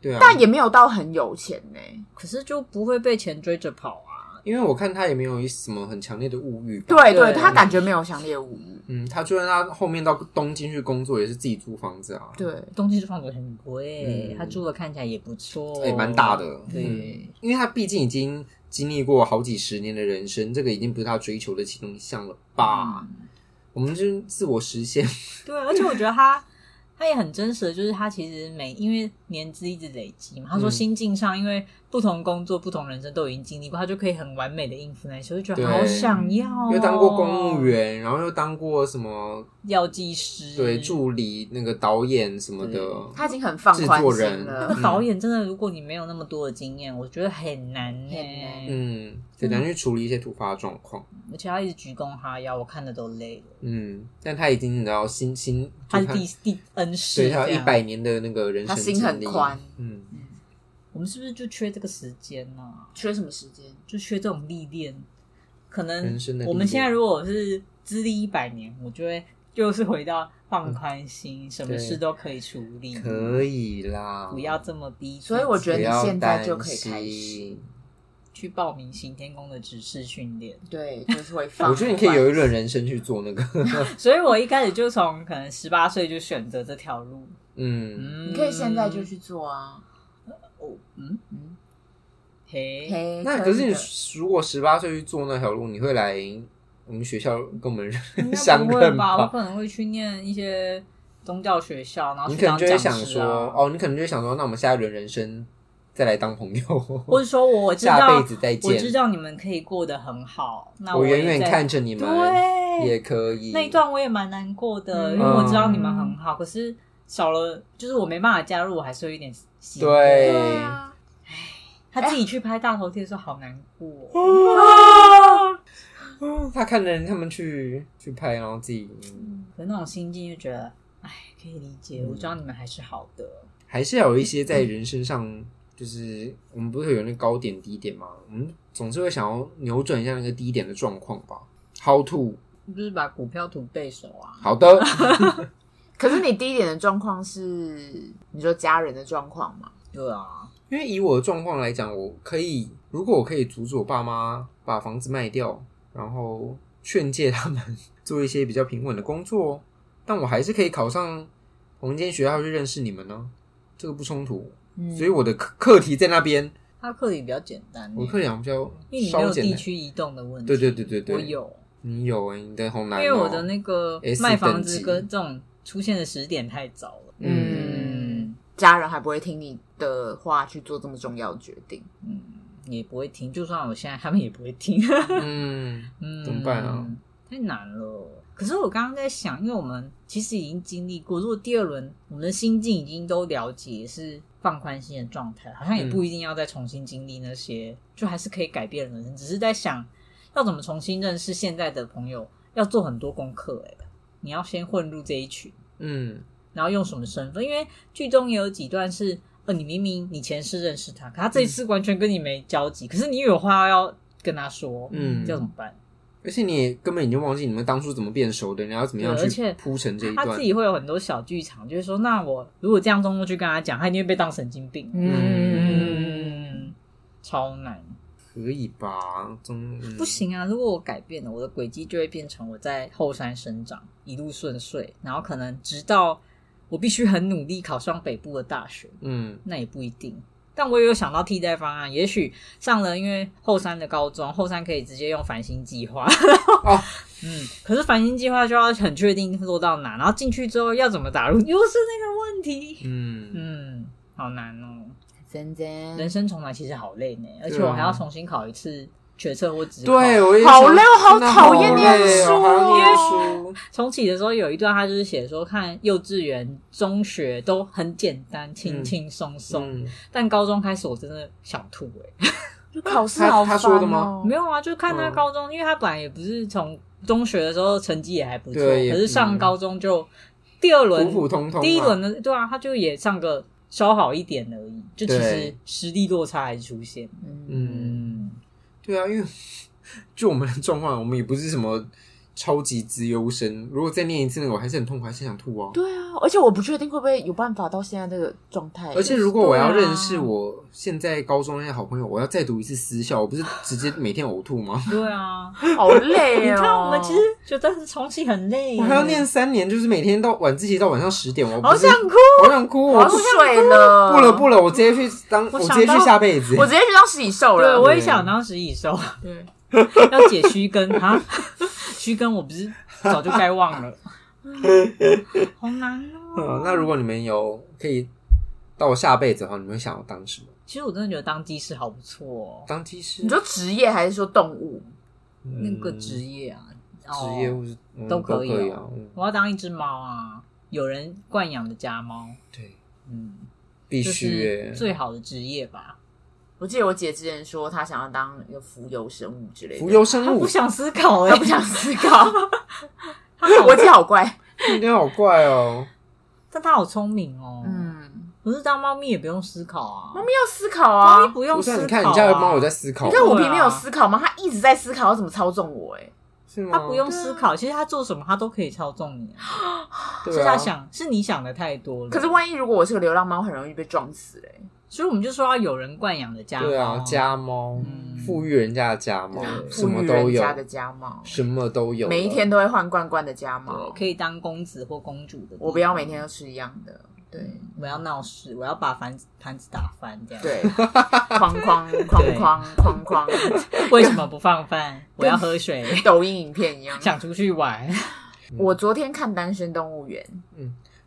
Speaker 1: 对啊，
Speaker 3: 但也没有到很有钱呢、
Speaker 2: 可是就不会被钱追着跑啊。
Speaker 1: 因为我看她也没有一什么很强烈的物欲吧，
Speaker 3: 对
Speaker 2: 对
Speaker 3: 对，他感觉没有强烈无欲。
Speaker 1: 嗯，她就算她后面到东京去工作，也是自己租房子啊，
Speaker 3: 对，
Speaker 2: 东京这房子很贵，
Speaker 1: 嗯
Speaker 2: 他住的看起来也不错，
Speaker 1: 也哎蛮大的，
Speaker 2: 哦
Speaker 1: 嗯
Speaker 2: 对，
Speaker 1: 因为他毕竟已经经历过好几十年的人生，这个已经不是他追求的其中一项了吧？
Speaker 2: 嗯
Speaker 1: 我们就是自我实现，
Speaker 2: 对，而且我觉得他。他也很真实的，就是他其实每因为年资一直累积嘛，他说
Speaker 1: 嗯
Speaker 2: 心境上，因为不同工作、不同人生都已经经历过，他就可以很完美的应付那些，我就觉得
Speaker 1: 对
Speaker 2: 好想要、哦。
Speaker 1: 又当过公务，员，然后又当过什么
Speaker 2: 药剂师，
Speaker 1: 对助理、那个导演什么的，
Speaker 3: 他已经很放宽
Speaker 1: 制作
Speaker 3: 心
Speaker 1: 人
Speaker 2: 那
Speaker 3: 了。
Speaker 2: 个导演真的，如果你没有那么多的经验，我觉得很难呢、
Speaker 3: 很
Speaker 1: 嗯，很难去处理一些突发状况，
Speaker 2: 而且他一直鞠躬哈腰，我看的都累了。
Speaker 1: 嗯，但他已经你知道心心，
Speaker 2: 他是
Speaker 1: 就看
Speaker 2: 第第 N 世
Speaker 1: 对
Speaker 2: 这
Speaker 1: 他
Speaker 2: 样，
Speaker 1: 一百年的那个人生
Speaker 3: 他心很
Speaker 1: 经历
Speaker 3: 宽，
Speaker 1: 嗯，
Speaker 2: 我们是不是就缺这个时间呢、
Speaker 3: 缺什么时间？
Speaker 2: 就缺这种历练。可能
Speaker 1: 人生的历练
Speaker 2: 我们现在如果是资历一百年，我就会又是回到放宽心，什么
Speaker 1: 对
Speaker 2: 事都可以处理，
Speaker 1: 可以啦，
Speaker 2: 不要这么逼自己。
Speaker 3: 所以我觉得
Speaker 1: 不
Speaker 3: 你
Speaker 1: 要
Speaker 3: 现在就可以
Speaker 1: 担心
Speaker 3: 开始
Speaker 2: 去报名行天宫的指示训练，
Speaker 3: 对，就是会 放。
Speaker 1: 我觉得你可以有一轮人生去做那 个，
Speaker 2: 所以我一开始就从可能十八岁就选择这条路。
Speaker 1: 嗯，
Speaker 2: 嗯，
Speaker 3: 你可以现在就去做啊。
Speaker 2: 哦，嗯
Speaker 3: 嗯，
Speaker 2: 嘿，
Speaker 3: 嘿，
Speaker 1: 嗯那可
Speaker 3: 可
Speaker 1: 是
Speaker 3: 以
Speaker 1: 你
Speaker 3: 的
Speaker 1: 如果十八岁去做那条路，你会来我们学校跟我们
Speaker 2: 应该
Speaker 1: 相
Speaker 2: 不会
Speaker 1: 认
Speaker 2: 吧？我？可能会去念一些宗教学校，然后
Speaker 1: 你
Speaker 2: 去
Speaker 1: 可能
Speaker 2: 当
Speaker 1: 就会
Speaker 2: 讲
Speaker 1: 想
Speaker 2: 师
Speaker 1: 说，
Speaker 2: 啊。
Speaker 1: 哦，你可能就会想说，那我们下一轮人生再来当朋
Speaker 2: 或
Speaker 1: 友，
Speaker 2: 者说我我 知
Speaker 1: 下
Speaker 2: 道
Speaker 1: 辈，子再
Speaker 2: 我知
Speaker 1: 见，
Speaker 2: 道你们可以过得很好，那
Speaker 1: 我
Speaker 2: 也
Speaker 1: 远远
Speaker 2: 在
Speaker 1: 看着你们，也
Speaker 2: 对，
Speaker 1: 可以。
Speaker 2: 那 一段啊我也蛮难过的，
Speaker 3: 嗯
Speaker 2: 因为我知道你们很好，可是少了就是我没办法加入，我还是会有点喜。
Speaker 1: 对
Speaker 3: 对啊，
Speaker 2: 他自己去拍大头贴的时候好难过哦，
Speaker 1: 哦他看着他们去去拍，然后自己嗯
Speaker 2: 可是那种心境就觉得，哎，可以理解，我知道你们还是好的。
Speaker 1: 还是要有一些在人
Speaker 2: 嗯
Speaker 1: 身上，就是我们不是有那个高点低点吗？我们总是会想要扭转一下那个低点的状况吧。How to？
Speaker 2: 就是把股票图背熟啊，
Speaker 1: 好 的，
Speaker 3: 可是你第一点的状况是，你说家人的状况嘛？
Speaker 2: 对啊，
Speaker 1: 因为以我的状况来讲，我可以，如果我可以阻止我爸妈把房子卖掉，然后劝诫他们做一些比较平稳的工作， 但我还是可以考上同一间学校去认识你们呢、这个不冲突。
Speaker 2: 嗯
Speaker 1: 所以我的课课题在那边，
Speaker 2: 他课题比较简单欸，
Speaker 1: 我课讲比较
Speaker 2: 因为你没
Speaker 1: 稍
Speaker 2: 有
Speaker 1: 简
Speaker 2: 地
Speaker 1: 单。
Speaker 2: 区移动的问题。
Speaker 1: 对对对对对，
Speaker 2: 我有，
Speaker 1: 你有哎、你的好难、
Speaker 2: 因
Speaker 1: 哦。
Speaker 2: 为我的那个
Speaker 1: S
Speaker 2: 卖房
Speaker 1: 等
Speaker 2: 子
Speaker 1: 级
Speaker 2: 跟这种出现的时点太早了。
Speaker 1: 嗯
Speaker 3: 嗯，家人还不会听你的话去做这么重要的决定。
Speaker 2: 嗯，也不会听，就算我现在他们也不会听。
Speaker 1: 嗯，
Speaker 2: 嗯，
Speaker 1: 怎么办啊？
Speaker 2: 太难了。可是我刚刚在想，因为我们其实已经经历过，如果第二轮我们的心境已经都了解，是放宽心的状态，好像也
Speaker 1: 嗯
Speaker 2: 不一定要再重新经历那些，就还是可以改变人生。只是在想，要怎么重新认识现在的朋友，要做很多功课、欸。哎，你要先混入这一群，
Speaker 1: 嗯，
Speaker 2: 然后用什么身份？因为剧中也有几段是，呃，你明明你前世认识他，可他这一
Speaker 1: 嗯
Speaker 2: 次完全跟你没交集，可是你有话要跟他说，
Speaker 1: 嗯
Speaker 2: 要怎么办？
Speaker 1: 而且你也根本已经忘记你们当初怎么变熟的，你要怎么样
Speaker 2: 对而且
Speaker 1: 去铺成这一
Speaker 2: 他
Speaker 1: 段
Speaker 2: 自？己会有很多小剧场，就是说，那我如果这样中过去跟他讲，他一定会被当神经病。
Speaker 1: 嗯
Speaker 2: 嗯，超难，
Speaker 1: 可以吧？中嗯
Speaker 2: 不行啊！如果我改变了我的轨迹，就会变成我在后山生长，一路顺遂，然后可能直到我必须很努力考上北部的大学，
Speaker 1: 嗯
Speaker 2: 那也不一定。但我也有想到替代方案，也许上了因为后山的高中，后山可以直接用繁星计划。
Speaker 1: 哦，
Speaker 2: 嗯，可是繁星计划就要很确定落到哪，然后进去之后要怎么打入，又是那个问题。
Speaker 1: 嗯，
Speaker 2: 嗯，好难哦，
Speaker 3: 真真
Speaker 2: 人生重来其实好累呢，而且
Speaker 1: 对啊
Speaker 2: 我还要重新考一次学测或职考。
Speaker 1: 对，哦我也想
Speaker 3: 好累好
Speaker 1: 真的
Speaker 3: 讨厌念
Speaker 1: 累哦
Speaker 2: 啊
Speaker 3: 书
Speaker 1: 好讨厌
Speaker 3: 哦
Speaker 1: 念书。嗯
Speaker 2: 重启的时候有一段，他就是写说，看幼稚园、中学都很简单，轻轻松松，
Speaker 1: 嗯，
Speaker 2: 但高中开始我真的想吐哎、
Speaker 3: 就考试
Speaker 1: 他
Speaker 3: 好
Speaker 1: 他
Speaker 3: 烦
Speaker 1: 说的吗
Speaker 3: 哦
Speaker 2: 没有啊，就看他
Speaker 1: 嗯
Speaker 2: 高中，因为他本来也不是从中学的时候成绩也嗯还不错，
Speaker 1: 对也
Speaker 2: 可是上高中就第二轮
Speaker 1: 普普通通嘛。
Speaker 2: 第一轮的对啊，他就也上个稍好一点而已，就其实
Speaker 1: 对
Speaker 2: 实力落差还是出现。
Speaker 1: 嗯，
Speaker 2: 嗯，
Speaker 1: 对啊，因为 就我们的状况，我们也不是什么超级资优生。如果再念一次那个，我还是很痛苦，还是想吐啊。
Speaker 3: 对啊，而且我不确定会不会有办法到现在这个状态。
Speaker 1: 而且如果我要
Speaker 2: 对啊
Speaker 1: 认识我现在高中那些好朋友，我要再读一次私校，我不是直接每天呕吐吗？
Speaker 2: 对啊，
Speaker 3: 好 累
Speaker 2: 你
Speaker 3: 哦，
Speaker 2: 看我们其实觉得重启很累，
Speaker 1: 我还要念三年，就是每天到晚自习到晚上十点，我不
Speaker 2: 好
Speaker 1: 是
Speaker 2: 想哭。
Speaker 1: 好想哭，我
Speaker 3: 好
Speaker 1: 不
Speaker 3: 睡了，
Speaker 1: 不了不了，我直接去当，
Speaker 2: 我
Speaker 1: 我
Speaker 2: 想
Speaker 1: 直
Speaker 2: 到
Speaker 1: 接去下辈子。
Speaker 3: 我直接去当食蚁兽
Speaker 2: 对，
Speaker 3: 了。
Speaker 2: 我也想当时蚁兽，
Speaker 3: 对，
Speaker 2: 要解虚根啊， 虚根我不是早就该忘了， 好难哦
Speaker 1: 嗯。那如果你们有可以到下辈子的话，你们会想要当什么？
Speaker 2: 其实我真的觉得当技师好不错哦，
Speaker 1: 当技师？
Speaker 3: 你说职业还是说动物？
Speaker 2: 那
Speaker 1: 嗯
Speaker 2: 个职业啊，哦
Speaker 1: 职业或是嗯
Speaker 2: 都
Speaker 1: 都
Speaker 2: 可以哦
Speaker 1: 以啊。嗯
Speaker 2: 我要当一只猫啊，有人惯养的家猫，
Speaker 1: 对，
Speaker 2: 嗯，
Speaker 1: 必
Speaker 2: 就
Speaker 1: 须
Speaker 2: 是
Speaker 1: 耶。
Speaker 2: 最好的职业吧。
Speaker 3: 我记得我姐之前说她想要当一个浮游生物之类的，
Speaker 1: 浮游
Speaker 2: 他
Speaker 1: 生物
Speaker 2: 不，想思考
Speaker 1: 哦
Speaker 2: 哎、
Speaker 3: 她不想思考。 我姐好乖，
Speaker 1: 你天好怪哦。
Speaker 2: 但他好聪明哦。嗯，
Speaker 3: 嗯，
Speaker 2: 可是当猫咪也不用思考啊，
Speaker 3: 猫咪要思考啊
Speaker 2: 猫咪。不用
Speaker 1: 不
Speaker 2: 思
Speaker 1: 是
Speaker 2: 考、啊。
Speaker 1: 你看你家的猫有在，思考
Speaker 3: 你，看我
Speaker 2: 对啊
Speaker 3: 平没有思考吗？它一直在思考要怎么操纵我，哎，
Speaker 1: 是吗？
Speaker 2: 它不用思考，其实它做什么它都可以操纵你、啊，
Speaker 1: 对
Speaker 2: 是它
Speaker 1: 啊，
Speaker 2: 想，是你想的太多
Speaker 1: 嗯
Speaker 2: 了。
Speaker 3: 可是万一如果我是个流浪猫，很容易被撞死哎嘞。
Speaker 2: 所以我们就说要有人惯养的家猫。
Speaker 1: 对啊，家猫
Speaker 2: 嗯啊
Speaker 1: 富裕人家的家猫，什
Speaker 3: 富
Speaker 1: 么
Speaker 3: 裕
Speaker 1: 都
Speaker 3: 人
Speaker 1: 有
Speaker 3: 家，的家猫，
Speaker 1: 什么都有，啊
Speaker 3: 每一天。都会换罐罐的家
Speaker 2: 对
Speaker 1: 哦
Speaker 3: 猫，
Speaker 2: 可以当公子或公主的地方。
Speaker 3: 我不要每天都吃一样的，对
Speaker 1: 嗯
Speaker 2: 我要闹事，我要把盘子盘子打翻这样。
Speaker 3: 对，哐 哐哐哐哐哐，
Speaker 2: 为什么不放饭？我要喝水，
Speaker 3: 抖音影片一样。
Speaker 2: 想出去玩。
Speaker 3: 我昨天看《单身动物园》，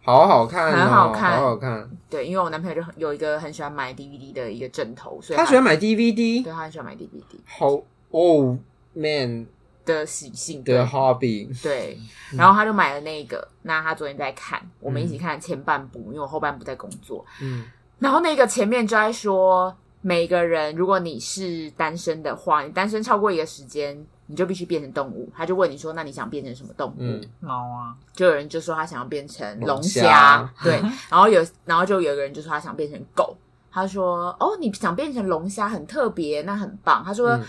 Speaker 1: 好好看哦，
Speaker 3: 很好看
Speaker 1: 好好看。
Speaker 3: 对，因为我男朋友就很有一个很喜欢买 DVD 的一个枕头，
Speaker 2: 啊
Speaker 3: 所以
Speaker 1: 他喜欢
Speaker 3: 买，
Speaker 1: 买 DVD，
Speaker 3: 对他很喜欢买 DVD
Speaker 1: 好哦，man
Speaker 3: 的习性，对
Speaker 1: 的 hobby，
Speaker 3: 对，
Speaker 1: 嗯
Speaker 3: 然后他就买了那个，那他昨天在看，我们一起看前半部，因为我后半部在工作，
Speaker 1: 嗯，
Speaker 3: 然后那个前面就在说，每个人如果你是单身的话，你单身超过一个时间，你就必须变成动物。他就问你说，那你想变成什么动物？
Speaker 1: 嗯
Speaker 2: 猫啊，
Speaker 3: 就有人就说他想要变
Speaker 2: 嗯
Speaker 3: 成龙
Speaker 1: 龙
Speaker 3: 虾，
Speaker 1: 虾
Speaker 3: 对，然后有然后就有个人就说他想变成狗，他说哦你想变成龙虾很特别，那很棒。他说、
Speaker 1: 嗯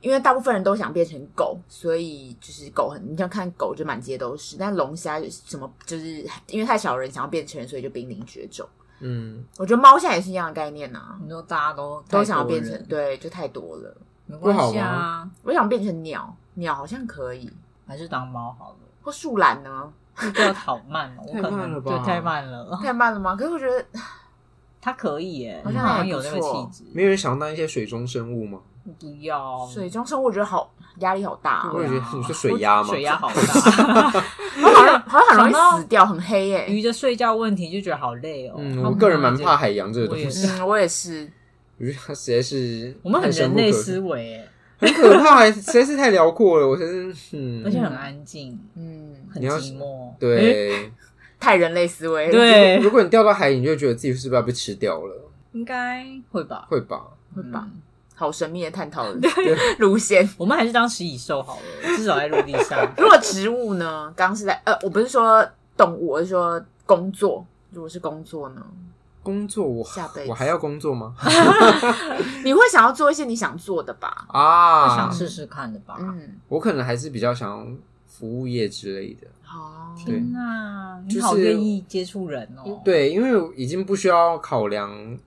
Speaker 3: 因为大部分人都想变成狗，所以就是狗很你像看狗就满街都是，但龙虾什么就是因为太少人想要变成，所以就濒临绝种。
Speaker 1: 嗯，
Speaker 3: 我觉得猫现在也是一样的概念呐、啊，
Speaker 2: 你说大家都
Speaker 3: 都想要变
Speaker 2: 太
Speaker 3: 成
Speaker 2: 多人，
Speaker 3: 对，就太多了。
Speaker 2: 没关系啊，
Speaker 3: 我想变成鸟，鸟好像可以，
Speaker 2: 还是当猫好了。
Speaker 3: 或树懒呢？
Speaker 2: 这个好慢哦，我 可
Speaker 1: 太慢了
Speaker 2: 能
Speaker 1: 吧
Speaker 2: 对太慢了。
Speaker 3: 太慢了吗？可是我觉得
Speaker 2: 它可以耶，
Speaker 3: 好像
Speaker 2: 好
Speaker 3: 还
Speaker 2: 像
Speaker 3: 不
Speaker 2: 有那个
Speaker 3: 错
Speaker 2: 气质。
Speaker 1: 没有人想当一些水中生物吗？
Speaker 2: 不要
Speaker 3: 水中生物我觉得好压力好大、哦，
Speaker 1: 我也觉
Speaker 2: 啊
Speaker 1: 得你说水鸭嘛，
Speaker 2: 水鸭好大。
Speaker 3: 它好像好像很
Speaker 2: 想
Speaker 3: 容
Speaker 2: 到
Speaker 3: 易死掉，很黑耶、
Speaker 2: 鱼的睡觉问题就觉得好累哦。
Speaker 1: 嗯，
Speaker 2: 它
Speaker 1: 我
Speaker 2: 们
Speaker 1: 个人蛮
Speaker 2: 这
Speaker 1: 怕海洋这个
Speaker 2: 我也
Speaker 1: 东
Speaker 2: 是
Speaker 1: 西，
Speaker 3: 嗯，我也是，
Speaker 1: 我觉得他实在是
Speaker 2: 我们很
Speaker 1: 太深
Speaker 2: 人
Speaker 1: 不可
Speaker 2: 类思维欸，
Speaker 1: 很可怕，实在是太辽阔了。我真是，
Speaker 2: 而
Speaker 1: 嗯，
Speaker 2: 且很安静，
Speaker 3: 嗯，
Speaker 2: 很
Speaker 1: 你要
Speaker 2: 寂寞。哎
Speaker 1: 对。
Speaker 3: 太人类思维了。
Speaker 1: 哎
Speaker 2: 对，
Speaker 1: 如果你掉到海里，你就会觉得自己是不是要被吃掉了？
Speaker 2: 应该会吧，
Speaker 1: 会吧？
Speaker 2: 会
Speaker 3: 吧
Speaker 2: 嗯
Speaker 3: 好神秘的探讨的路线。。
Speaker 2: 我们还是当食蚁兽好了，至少在陆地上
Speaker 3: 如果植物呢？刚刚是在呃，我不是说动物，我是说工作。如果是工作呢，
Speaker 1: 工作我
Speaker 3: 下辈子
Speaker 1: 我还要工作 吗？
Speaker 3: 你会想要做一些你想做的吧？
Speaker 2: 我 想
Speaker 1: 啊，
Speaker 2: 试试看的吧。
Speaker 3: 嗯，
Speaker 1: 我可能还是比较想要服务业之类的。
Speaker 3: 好，
Speaker 1: 对
Speaker 2: 天哪，
Speaker 1: 就
Speaker 2: 你
Speaker 1: 是嗯
Speaker 2: 好愿意接触人哦。，
Speaker 1: 对，因为我已经不需要考量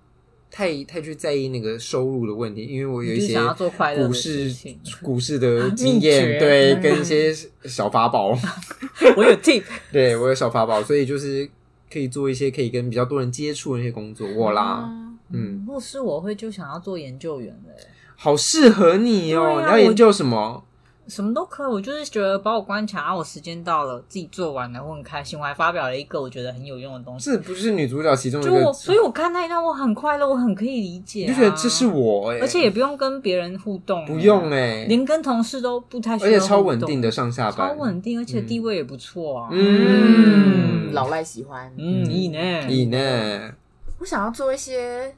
Speaker 1: 太太去在意那个收入的问题，因为我有一
Speaker 2: 你就
Speaker 1: 些
Speaker 2: 想要做快乐
Speaker 1: 股
Speaker 2: 的
Speaker 1: 市
Speaker 2: 事情啊
Speaker 1: 股市的经验，
Speaker 2: 秘诀
Speaker 1: 对，
Speaker 2: 嗯
Speaker 1: 跟一些小法宝，
Speaker 2: 我有 tip，
Speaker 1: 对我有小法宝，所以就是可以做一些可以跟比较多人接触的那些工作。我
Speaker 2: 啊
Speaker 1: 啦，
Speaker 3: 嗯
Speaker 1: 嗯，
Speaker 2: 若是我会就想要做研究员欸嘞，
Speaker 1: 好适合你哦、
Speaker 2: 对啊
Speaker 1: 你要研究什么？
Speaker 2: 什么都可以。我就是觉得把我关卡，啊我时间到了，自己做完了，我很开心。我还发表了一个我觉得很有用的东西，
Speaker 1: 这不是女主角其中一
Speaker 2: 就我，
Speaker 1: 个，
Speaker 2: 所以我看那一段我很快乐，我很可以理解、
Speaker 1: 你
Speaker 2: 啊。
Speaker 1: 就觉得这是我、欸，
Speaker 2: 而且也不用跟别人互动，啊
Speaker 1: 不用哎、
Speaker 2: 连跟同事都不太需
Speaker 1: 而
Speaker 2: 要，
Speaker 1: 且超稳定的，上下班，
Speaker 2: 超稳定，而且地位也不错啊。
Speaker 1: 嗯
Speaker 3: 嗯，老赖喜欢。
Speaker 2: 嗯，你呢？
Speaker 1: 你呢？
Speaker 3: 我想要做一些，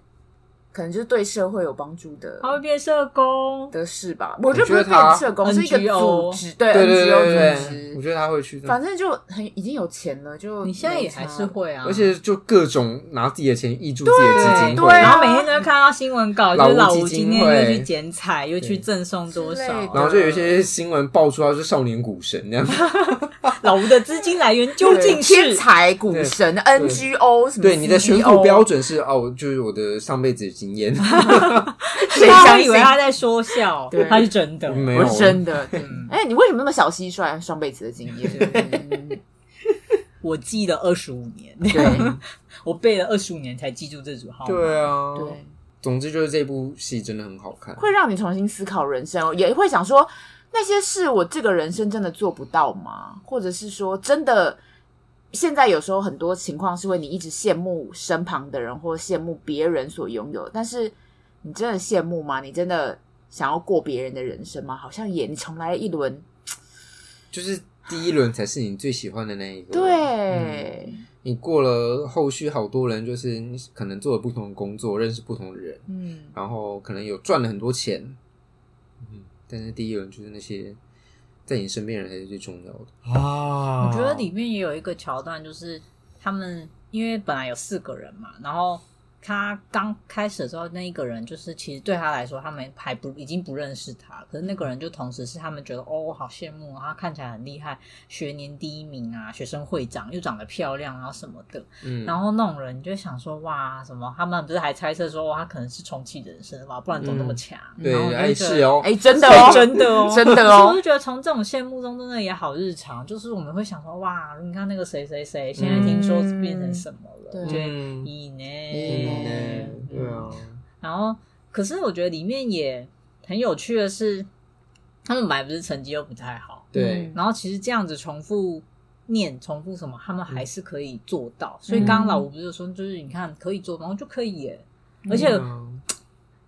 Speaker 3: 可能就是对社会有帮助的
Speaker 2: 他会变社工，
Speaker 3: 的事吧。我觉得
Speaker 1: 觉
Speaker 3: 不
Speaker 1: 得
Speaker 3: 是
Speaker 1: 他
Speaker 3: 变社工，是一个
Speaker 2: NGO
Speaker 3: 组织，对
Speaker 1: 对对对
Speaker 3: NGO 组
Speaker 1: 对，我
Speaker 3: 织，
Speaker 1: 觉得他会去的，
Speaker 3: 反正就很已经有钱了，就
Speaker 2: 你现在也
Speaker 3: 没差
Speaker 2: 还是会啊，
Speaker 1: 而且就各种拿自己的钱挹注自己的基金
Speaker 3: 对对
Speaker 1: 会，
Speaker 2: 然
Speaker 3: 啊
Speaker 2: 后每天都会看到新闻稿，
Speaker 1: 老
Speaker 2: 就
Speaker 1: 吴
Speaker 2: 是老吴
Speaker 1: 基金
Speaker 2: 今天
Speaker 1: 会
Speaker 2: 又去剪彩，又去赠送多
Speaker 3: 之类的
Speaker 2: 少，
Speaker 1: 然后就有一些新闻爆出来就是少年股神那样，
Speaker 2: 老吴的资金来源究竟
Speaker 3: 天
Speaker 2: 是？
Speaker 3: 才股神 NGO 什么 CBO？
Speaker 1: 对你的选股标准是哦，就是我的上辈子的经验，
Speaker 3: 谁
Speaker 2: 大家
Speaker 3: 相
Speaker 2: 以
Speaker 3: 信
Speaker 2: 为？他在说笑
Speaker 3: 对，
Speaker 2: 他是真的。
Speaker 1: 没有
Speaker 3: 我是真的，嗯哎，你为什么那么小蟋蟀？上辈子的经 验，嗯
Speaker 2: 我记了二十五年，
Speaker 3: 对
Speaker 2: 我背了二十五年才记住这组号码。
Speaker 1: 对啊，
Speaker 3: 对，
Speaker 1: 总之就是这部戏真的很好看，
Speaker 3: 会让你重新思考人生，也会想说那些事我这个人生真的做不到吗？或者是说真的？现在有时候很多情况是会你一直羡慕身旁的人或羡慕别人所拥有，但是你真的羡慕吗？你真的想要过别人的人生吗？好像也你重来了一轮，
Speaker 1: 就是第一轮才是你最喜欢的那一个，嗯
Speaker 3: 对，
Speaker 1: 你过了后续好多人，就是你可能做了不同的工作，认识不同的人，
Speaker 3: 嗯，
Speaker 1: 然后可能有赚了很多钱，嗯，但是第一轮就是那些在你身边的人才是最重要的啊
Speaker 2: 我觉得里面也有一个桥段，就是他们因为本来有四个人嘛，然后他刚开始的时候，那一个人就是其实对他来说，他们还不已经不认识他，可是那个人就同时是他们觉得哦，我好羡慕啊，他看起来很厉害，学年第一名啊，学生会长又长得漂亮啊什么的，
Speaker 1: 嗯，
Speaker 2: 然后那种人你就会想说哇，什么他们不是还猜测说哇，他可能是重启人生吧，不然怎么那么强？
Speaker 1: 对
Speaker 2: 然后我，就
Speaker 1: 哎
Speaker 2: 觉得
Speaker 1: 是哦，
Speaker 3: 哎、真的
Speaker 2: 哎
Speaker 3: 哦，
Speaker 2: 真的哦，
Speaker 3: 真的
Speaker 2: 可是
Speaker 3: 哦
Speaker 2: 我就觉得从这种羡慕中，真的也好日常。就是我们会想说，哇，你看那个谁谁谁，现在听说是变成什么了？
Speaker 3: 嗯
Speaker 2: 对，
Speaker 1: 嗯，
Speaker 2: 以呢，
Speaker 1: 嗯对啊，
Speaker 2: 然后，可是我觉得里面也很有趣的是，他们本来不是成绩又不太好，
Speaker 1: 对，
Speaker 2: 然后其实这样子重复念、重复什么，他们还
Speaker 3: 嗯
Speaker 2: 是可以做到。所以刚刚老吴不是说，就是你看可以做，然后就可以耶。而且
Speaker 1: 嗯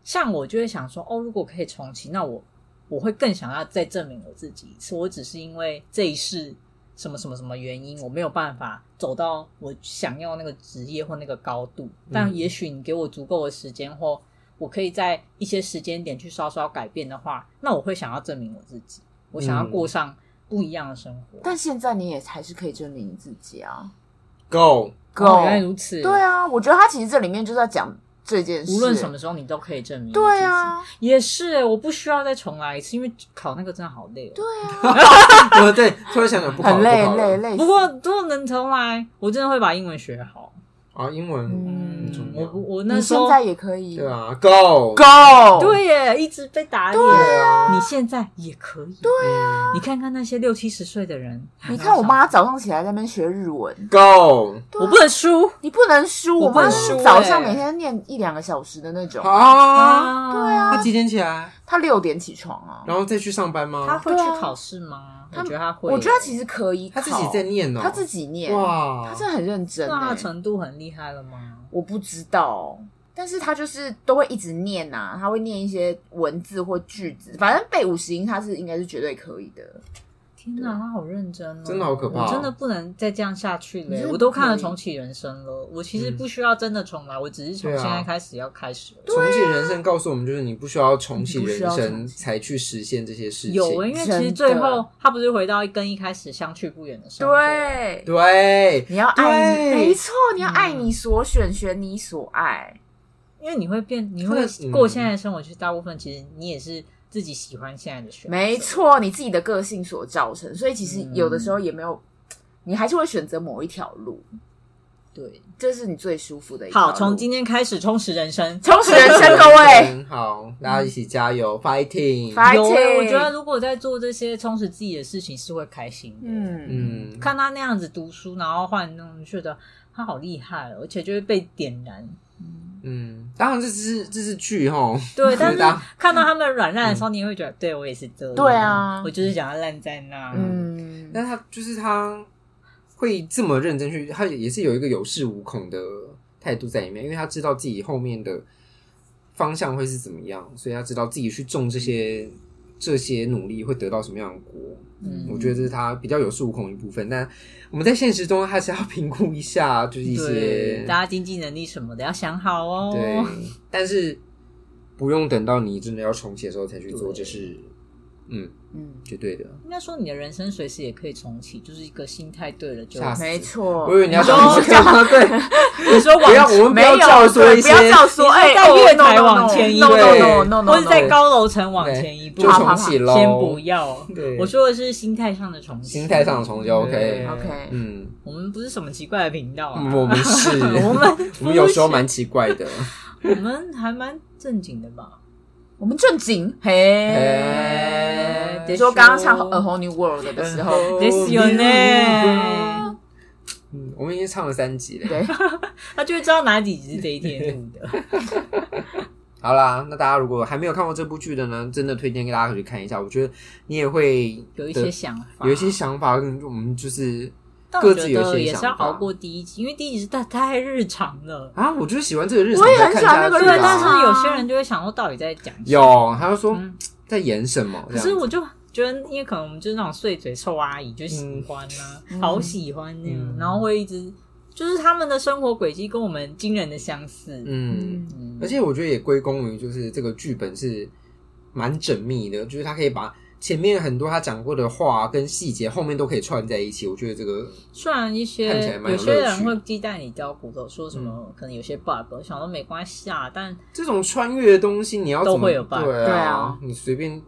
Speaker 2: 像我就会想说，哦，如果可以重启，那我我会更想要再证明我自己一次。我只是因为这一世什么什么什么原因，我没有办法走到我想要那个职业或那个高度。但也许你给我足够的时间，或我可以在一些时间点去稍稍改变的话，那我会想要证明我自己，我想要过上不一样的生活。
Speaker 3: 但现在你也还是可以证明你自己啊，
Speaker 1: Go，
Speaker 2: 哦，原来如此。
Speaker 3: 对，啊，我觉得他其实这里面就是在讲这件事，
Speaker 2: 无论什么时候你都可以证明。
Speaker 3: 对，啊，
Speaker 2: 也是，我不需要再重来一次，因为考那个真的好累哦。对。
Speaker 1: 我对，突然想想不考了
Speaker 3: 啊很累
Speaker 1: 不考了
Speaker 3: 累累死。
Speaker 2: 不过如果能重来，我真的会把英文学好。
Speaker 1: 啊，英文，
Speaker 3: 嗯
Speaker 1: 很重要
Speaker 2: 我不我那
Speaker 3: 你
Speaker 2: 时
Speaker 3: 现
Speaker 2: 候
Speaker 3: 在也可以
Speaker 1: 对啊，Go
Speaker 3: ，Go，，
Speaker 2: 对啊耶，一直被打脸。
Speaker 1: 啊
Speaker 2: 你现在也可以。对，
Speaker 1: 嗯
Speaker 2: 你看看那些六七十岁的人，
Speaker 3: 你看我，妈啊早上起来在那边学日文，
Speaker 1: ，Go，
Speaker 2: 我不能输
Speaker 3: 你不能输，
Speaker 2: 我
Speaker 3: 我
Speaker 2: 不
Speaker 3: 妈
Speaker 2: 能
Speaker 3: 是
Speaker 2: 输
Speaker 3: 早上每
Speaker 2: 欸
Speaker 3: 天念一两个小时的那种，
Speaker 1: 啊，
Speaker 2: 对啊，
Speaker 1: 他几点起来，
Speaker 3: 她六点起床啊，
Speaker 1: 然后再去上班
Speaker 2: 他
Speaker 1: 吗？
Speaker 2: 会去
Speaker 3: 对啊
Speaker 2: 考试吗？
Speaker 3: 他
Speaker 2: 我觉得他会，
Speaker 3: 我觉得她其实可以
Speaker 1: 他
Speaker 3: 考，
Speaker 1: 自己在念哦，
Speaker 3: 她自己念，
Speaker 1: 哇
Speaker 3: 她，真的很认真
Speaker 2: 那他的
Speaker 3: 欸，
Speaker 2: 程度很厉害了吗？
Speaker 3: 我不知道。但是他就是都会一直念呐、他会念一些文字或句子，反正背五十音他是应该是绝对可以的。
Speaker 2: 天哪，
Speaker 3: 啊
Speaker 2: 他好认真哦，
Speaker 1: 真的好可怕哦
Speaker 2: 我真的不能再这样下去
Speaker 3: 你真
Speaker 2: 了。
Speaker 3: 的
Speaker 2: 我都看了
Speaker 3: 不可以
Speaker 2: 重启人生了，我其实
Speaker 1: 嗯
Speaker 2: 不需要真的重来，我只是从
Speaker 1: 对啊
Speaker 2: 现在开始要开始了。
Speaker 1: 重启人生告诉我们，就是你不需要重启
Speaker 3: 你不需
Speaker 1: 人
Speaker 3: 要
Speaker 1: 生
Speaker 3: 重
Speaker 1: 才去实现这些事情。
Speaker 2: 有，欸因为其实最
Speaker 3: 真
Speaker 2: 后
Speaker 3: 的
Speaker 2: 他不是回到跟一开始相去不远的生活，，
Speaker 3: 对，
Speaker 1: 对，
Speaker 3: 你要爱你，
Speaker 1: 对
Speaker 3: 没错，你要爱你所选，选你所爱。
Speaker 2: 因为你会变，你会
Speaker 1: 嗯
Speaker 2: 过现在的生活，其实大部分其实你也是自己喜欢现在的选择，
Speaker 3: 没错，你自己的个性所造成，所以其实有的时候也没有，你还是会选择某一条路，
Speaker 2: 对。
Speaker 3: 这是你最舒服的一条路。
Speaker 2: 好，从今天开始充实人生。
Speaker 3: 充实人生，各位，
Speaker 1: 嗯好，大家一起加油，fighting！
Speaker 3: Fight-
Speaker 2: 有欸，
Speaker 3: Fighting
Speaker 2: 我觉得如果在做这些充实自己的事情是会开心的。
Speaker 3: 嗯
Speaker 1: 嗯，
Speaker 2: 看他那样子读书，然后换那种，觉得他好厉害哦，而且就会被点燃。
Speaker 1: 嗯，当然这是这是剧哈，
Speaker 2: 对，但 是
Speaker 1: 对的
Speaker 2: 看到他们软烂的时候，你也会觉得，嗯对我也是这样。
Speaker 3: 对啊
Speaker 2: 我就是想要烂在那。
Speaker 3: 嗯，
Speaker 1: 但他就是他会这么认真去，他也是有一个有恃无恐的态度在里面，因为他知道自己后面的方向会是怎么样，所以他知道自己去种这些这些努力会得到什么样的果。
Speaker 2: 嗯
Speaker 1: 我觉得这是他比较有恃无恐的一部分，但我们在现实中还是要评估一下，就是一些
Speaker 2: 对，大家经济能力什么的要想好哦。
Speaker 1: 对，但是不用等到你真的要重启的时候才去做，这是嗯
Speaker 3: 嗯，
Speaker 1: 绝对的。
Speaker 2: 应该说你的人生随时也可以重启，就是一个心态对了就。
Speaker 1: 吓死
Speaker 3: 没错。
Speaker 1: 我以为你要
Speaker 3: 说
Speaker 1: 讲这个，对，
Speaker 2: 你说
Speaker 1: 不要我们不
Speaker 3: 没
Speaker 1: 要
Speaker 3: 有，
Speaker 1: 教唆一些
Speaker 3: 对不要教唆，哎，
Speaker 2: 在
Speaker 3: 哦
Speaker 2: 月
Speaker 3: no,
Speaker 2: 台
Speaker 3: no,
Speaker 2: 往前一
Speaker 3: no,
Speaker 1: 步
Speaker 3: no, no, no, no, no,
Speaker 2: 或是在
Speaker 1: no
Speaker 2: 高楼层往前一步
Speaker 1: 就
Speaker 3: 好好
Speaker 1: 重启喽，
Speaker 2: 先不要。
Speaker 1: 对
Speaker 2: 我说的是心态上的重启，
Speaker 1: 心态上的重启，OK，
Speaker 2: 对
Speaker 3: OK
Speaker 1: 嗯，
Speaker 2: 我们不是什么奇怪的频道啊，
Speaker 1: 我们是，
Speaker 2: 我们
Speaker 1: 嗯 我们有时候蛮奇怪的，
Speaker 2: 我们还蛮正经的吧？
Speaker 3: 我们正经，嘿
Speaker 1: 嘿，
Speaker 3: 比如说刚刚唱《A Whole New World》的时候，
Speaker 1: 哦
Speaker 2: This your name
Speaker 1: 嗯，我们已经唱了三集了。
Speaker 3: 对，
Speaker 2: 他就会知道哪几集是这一天录的。
Speaker 1: 好啦，那大家如果还没有看过这部剧的呢，真的推荐给大家去看一下。我觉得你也会
Speaker 2: 有一
Speaker 1: 得
Speaker 2: 些想法，
Speaker 1: 有一些想法，跟我们就是
Speaker 2: 但
Speaker 1: 各
Speaker 2: 我
Speaker 1: 自
Speaker 2: 觉
Speaker 1: 有一
Speaker 2: 得
Speaker 1: 些
Speaker 2: 也是要
Speaker 1: 想法
Speaker 2: 熬过第一集，因为第一集是太太日常了。
Speaker 1: 啊，我就是喜欢这个日常
Speaker 3: 我也
Speaker 1: 在
Speaker 3: 很
Speaker 1: 看
Speaker 3: 喜欢
Speaker 1: 下
Speaker 3: 那个
Speaker 1: 去
Speaker 2: 对
Speaker 1: 的
Speaker 3: 日，
Speaker 1: 啊
Speaker 2: 但
Speaker 3: 常
Speaker 2: 是有些人就会想说，到底在讲什么？
Speaker 1: 有，他就说、
Speaker 2: 嗯
Speaker 1: 在演什么？
Speaker 2: 可是我就觉得，因为可能我们就是那种碎嘴臭阿姨，就喜欢啊，好喜欢那样，
Speaker 1: 嗯
Speaker 2: 然后会一直就是他们的生活轨迹跟我们惊人的相似。
Speaker 1: 嗯，
Speaker 3: 嗯
Speaker 2: 嗯
Speaker 1: 而且我觉得也归功于就是这个剧本是蛮缜密的，就是他可以把前面很多他讲过的话跟细节后面都可以串在一起。我觉得这个
Speaker 2: 虽然一
Speaker 1: 看起
Speaker 2: 些
Speaker 1: 来蛮有
Speaker 2: 有些
Speaker 1: 乐
Speaker 2: 人
Speaker 1: 趣嗯
Speaker 2: 会鸡蛋里挑骨头，说什么可能有些 bug，我想说没关系啊，但
Speaker 1: 这种穿越的东西，你要怎么
Speaker 2: 都会有 bug
Speaker 1: 对
Speaker 3: 对
Speaker 1: 啊
Speaker 3: 啊，
Speaker 1: 你随便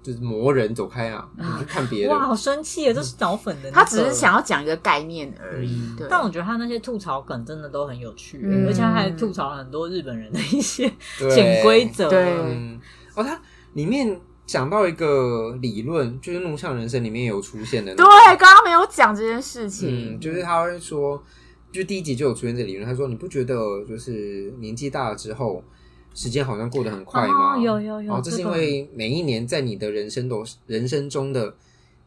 Speaker 1: 就是魔人走开啊，你去看别
Speaker 2: 哇，好
Speaker 1: 的。
Speaker 2: 生气啊，这是脑粉的。
Speaker 3: 他只是，想要讲一个概念而已
Speaker 1: 嗯，
Speaker 3: 对，
Speaker 2: 但我觉得他那些吐槽梗真的都很有趣，欸
Speaker 3: 嗯
Speaker 2: 而且他还吐槽了很多日本人的一些
Speaker 1: 对
Speaker 2: 潜规则。
Speaker 3: 对
Speaker 1: 嗯，哦，它里面讲到一个理论，就是《怒呛人生》里面有出现的那
Speaker 3: 对
Speaker 1: 个，，
Speaker 3: 刚刚没有讲这件事
Speaker 1: 嗯，
Speaker 3: 情，
Speaker 1: 就是他会说，就第一集就有出现这理论，他说你不觉得就是年纪大了之后，时间好像过得很快吗？
Speaker 2: 哦有有有
Speaker 1: 哦，这是
Speaker 2: 这
Speaker 1: 因
Speaker 2: 个
Speaker 1: 为每一年在你的人生都人生中的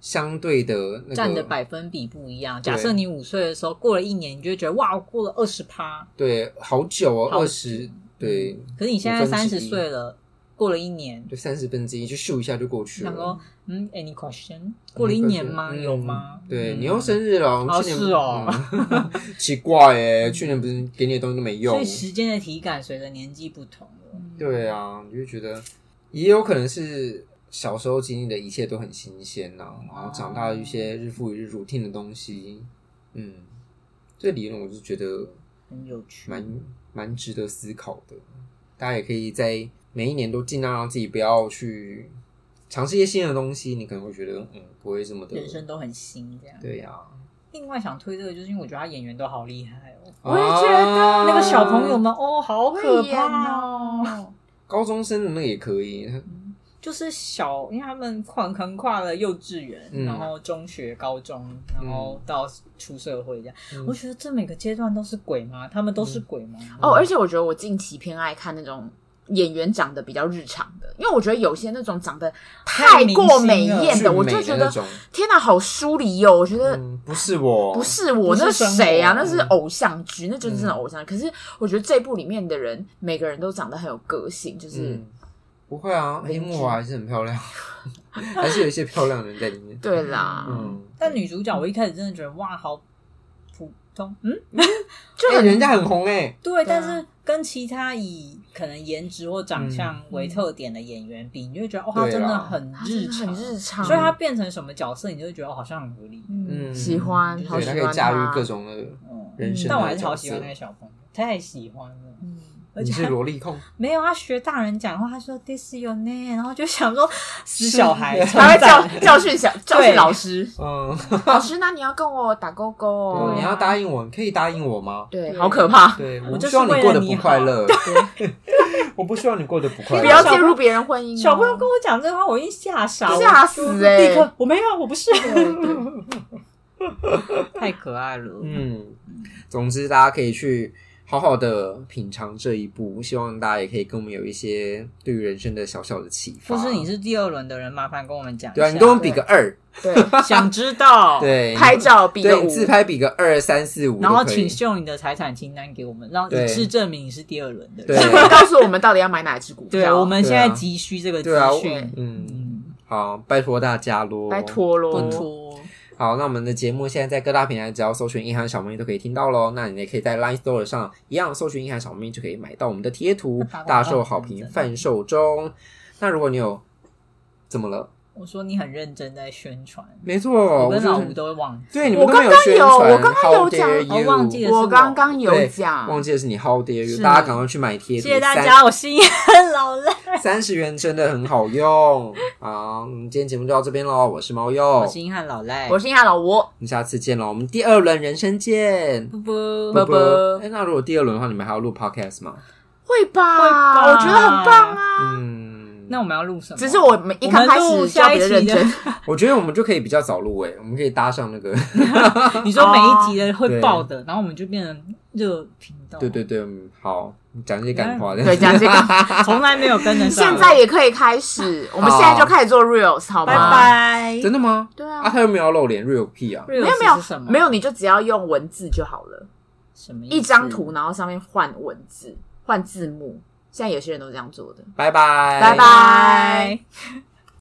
Speaker 1: 相对的那
Speaker 2: 占
Speaker 1: 个
Speaker 2: 的百分比不一样。假设你五岁的时候过了一年，你就会觉得哇，我过了二十趴。
Speaker 1: 对，好久哦，
Speaker 2: 好
Speaker 1: 二十对
Speaker 2: 可是你现在
Speaker 1: 五分
Speaker 2: 三
Speaker 1: 之
Speaker 2: 十
Speaker 1: 一
Speaker 2: 岁了，过了一年，
Speaker 1: 对三十分之一就咻一下就过去
Speaker 2: 想
Speaker 1: 了
Speaker 2: 说。嗯，any question？过了一年吗？
Speaker 1: 嗯
Speaker 2: 有吗？
Speaker 1: 对，
Speaker 2: 嗯
Speaker 1: 你又生日了，我们
Speaker 2: 哦
Speaker 1: 去年
Speaker 2: 是哦
Speaker 1: 嗯 奇怪耶，去年不是给你的东西都没
Speaker 2: 所
Speaker 1: 用
Speaker 2: 以，时间的体感随着年纪不同了。
Speaker 1: 对啊，你就觉得也有可能是小时候经历的一切都很新鲜呐、然后长大一些日复一日 routine 的东西，嗯，这理论我是觉得
Speaker 2: 很有趣，
Speaker 1: 蛮蛮值得思考的。大家也可以在每一年都尽量让自己不要去尝试一些新的东西，你可能会觉得嗯不会这么的
Speaker 2: 人生都很新这样。
Speaker 1: 对啊呀、
Speaker 2: 另外想推这个，就是因为我觉得他演员都好厉害哦，
Speaker 3: 我也觉得
Speaker 1: 啊
Speaker 2: 那个小朋友们哦，好可
Speaker 3: 嗯会演
Speaker 2: 怕哦。
Speaker 3: 哦，
Speaker 1: 高中生的那个也可以，
Speaker 2: 就是小，因为他们跨可能跨了幼稚园，
Speaker 1: 嗯
Speaker 2: 然后中学、高中，然后到出社会这样。
Speaker 1: 嗯
Speaker 2: 我觉得这每个阶段都是鬼吗？他们都是鬼吗？
Speaker 1: 哦
Speaker 3: 哦哦，而且我觉得我近期偏爱看那种演员长得比较日常的，因为我觉得有些那种长得太过美
Speaker 2: 太明
Speaker 3: 艳
Speaker 1: 巨
Speaker 3: 的，我
Speaker 1: 美
Speaker 3: 就
Speaker 1: 的
Speaker 3: 觉
Speaker 1: 那
Speaker 3: 得
Speaker 1: 种，
Speaker 3: 天哪，好疏离哦！我觉得
Speaker 1: 嗯，不是我，
Speaker 3: 不是我，
Speaker 2: 不是
Speaker 3: 那是谁啊？
Speaker 2: 生
Speaker 3: 那
Speaker 2: 活
Speaker 3: 是偶像剧，那就是真的
Speaker 1: 嗯
Speaker 3: 偶像剧。可是我觉得这部里面的人，每个人都长得很有个性，就是、
Speaker 1: 嗯，不会啊，
Speaker 3: 邻
Speaker 1: 樱
Speaker 3: 居
Speaker 1: 木啊还是很漂亮， 还是有一些漂亮的人在里面。
Speaker 2: 啊
Speaker 3: 对啦，
Speaker 1: 嗯，
Speaker 2: 但女主角我一开始真的觉得哇，好普通，嗯，
Speaker 1: 就人家很红哎，
Speaker 2: 对，
Speaker 3: 对啊
Speaker 2: 但是跟其他以可能颜值或长相为特点的演员比，你就会觉得哦，他
Speaker 1: 嗯对啦
Speaker 2: 真的很
Speaker 3: 嗯他真
Speaker 2: 日
Speaker 3: 的
Speaker 2: 常，
Speaker 3: 很日常，
Speaker 2: 所以他变成什么角色，你就会觉得哦，好像很合理。
Speaker 3: 嗯
Speaker 1: 嗯
Speaker 3: 喜欢，好
Speaker 1: 对，
Speaker 3: 喜
Speaker 1: 他
Speaker 3: 欢
Speaker 1: 可以驾驭各种的
Speaker 2: 嗯，
Speaker 1: 人生的角色。
Speaker 2: 但我还是好喜欢那个小朋友，太喜欢了。
Speaker 3: 嗯
Speaker 2: 而
Speaker 1: 你
Speaker 2: 且
Speaker 1: 是
Speaker 2: 他
Speaker 1: 萝莉控，
Speaker 2: 没有他学大人讲话，他说 this is your name，然后就想说死小孩，
Speaker 1: 是
Speaker 3: 还会
Speaker 2: 称 赞
Speaker 3: 教教训小教训老师，
Speaker 1: 嗯，
Speaker 3: 老师，那你要跟我打勾勾哦
Speaker 2: 对，
Speaker 1: 你要答应我，你可以答应我吗？
Speaker 3: 对，
Speaker 2: 对
Speaker 3: 好可怕，
Speaker 1: 对，我
Speaker 2: 我
Speaker 1: 不
Speaker 2: 就是
Speaker 1: 希望过得
Speaker 2: 为了
Speaker 1: 不
Speaker 2: 你好
Speaker 1: 快乐， 我不希望你过得不快乐。
Speaker 2: 对
Speaker 3: 不要
Speaker 2: 小
Speaker 3: 介
Speaker 2: 朋
Speaker 3: 入别人婚姻哦，
Speaker 2: 小朋友跟我讲这话，我一吓傻，
Speaker 3: 吓
Speaker 2: 我
Speaker 3: 死
Speaker 2: 我
Speaker 3: 欸
Speaker 2: 立刻我没有，我不是，
Speaker 3: 对
Speaker 2: 太可爱了。
Speaker 1: 嗯，总之大家可以去好好的品尝这一部，希望大家也可以跟我们有一些对于人生的小小的启发。
Speaker 2: 或是你是第二轮的人，麻烦跟我们讲一下。
Speaker 1: 对啊，你跟我们比个二，
Speaker 3: 对对，
Speaker 2: 想知道，
Speaker 1: 对，
Speaker 3: 拍照比个
Speaker 1: 对，
Speaker 3: 五
Speaker 1: 你，自拍比个二三四五都可以，
Speaker 2: 然后请秀你的财产清单给我们，让
Speaker 1: 对
Speaker 2: 以示证明你是第二轮的人。
Speaker 1: 对啊
Speaker 3: 告诉我们到底要买哪只股票，
Speaker 2: 对，我们现
Speaker 1: 对啊
Speaker 2: 在急需这个资
Speaker 1: 对啊
Speaker 2: 讯。
Speaker 1: 嗯，
Speaker 2: 嗯，
Speaker 1: 好，拜托大家喽，
Speaker 3: 拜。托喽，
Speaker 2: 不拖。
Speaker 1: 好，那我们的节目现在在各大平台只要搜寻“硬汉小妹”都可以听到喽。那你也可以在 Line Store 上一样搜寻“硬汉小妹”就可以买到我们的贴图
Speaker 2: 打，广告
Speaker 1: 大受好评，贩售中。那如果你有怎么了？
Speaker 2: 我说你很认真在宣传，
Speaker 1: 没错，
Speaker 2: 我跟
Speaker 1: 哦就
Speaker 2: 老
Speaker 1: 是
Speaker 2: 吴都会忘记。
Speaker 1: 对你们都没
Speaker 3: 我刚
Speaker 1: 有
Speaker 3: 刚
Speaker 1: 宣
Speaker 3: 有
Speaker 1: 传，
Speaker 3: 我刚刚有
Speaker 1: How dare
Speaker 2: 讲
Speaker 1: you
Speaker 2: 哦忘记了
Speaker 3: 我刚刚有讲，
Speaker 1: 忘记的是你 How dare you，
Speaker 2: 是
Speaker 1: 大家赶快去买贴图，
Speaker 2: 谢谢大家，我心很老了。
Speaker 1: 三十元真的很好用。好，嗯今天节目就到这边喽。我是猫
Speaker 2: 我
Speaker 1: 鼬，
Speaker 2: 心很老赖，
Speaker 3: 我是亚老吴，
Speaker 1: 我们下次见喽。我们第二轮人生见，
Speaker 2: 不不
Speaker 3: 拜拜
Speaker 1: 哎，那如果第二轮的话，你们还要录 podcast 吗？
Speaker 3: 会吧？
Speaker 2: 会吧
Speaker 3: 我觉得很棒啊。
Speaker 1: 嗯，
Speaker 2: 那我们要录什么？
Speaker 3: 只是我们一刚开始就要比较认
Speaker 2: 我们录下一
Speaker 3: 真
Speaker 2: 期，
Speaker 1: 我觉得我们就可以比较早录诶，我们可以搭上那个，
Speaker 2: 你说每一集的会爆
Speaker 3: 哦
Speaker 2: 的，然后我们就变成热频道。
Speaker 1: 对对对，嗯好，讲一些感话的，
Speaker 3: 对，讲这个，
Speaker 2: 从来没有跟得上。
Speaker 3: 现在也可以开始，我们现在就开始做 reels 好
Speaker 2: 拜
Speaker 3: 吗？
Speaker 2: 拜。
Speaker 1: 真的吗？
Speaker 3: 对
Speaker 1: 啊，
Speaker 3: 啊，
Speaker 1: 他又没有要露脸，瑞有屁啊！
Speaker 2: 没
Speaker 3: 没有没有
Speaker 2: 什么
Speaker 3: 没有，你就只要用文字就好了，
Speaker 2: 什么意思
Speaker 3: 一张图，然后上面换文字，换字幕。现在有些人都这样做的。
Speaker 1: 拜拜，
Speaker 3: 拜拜。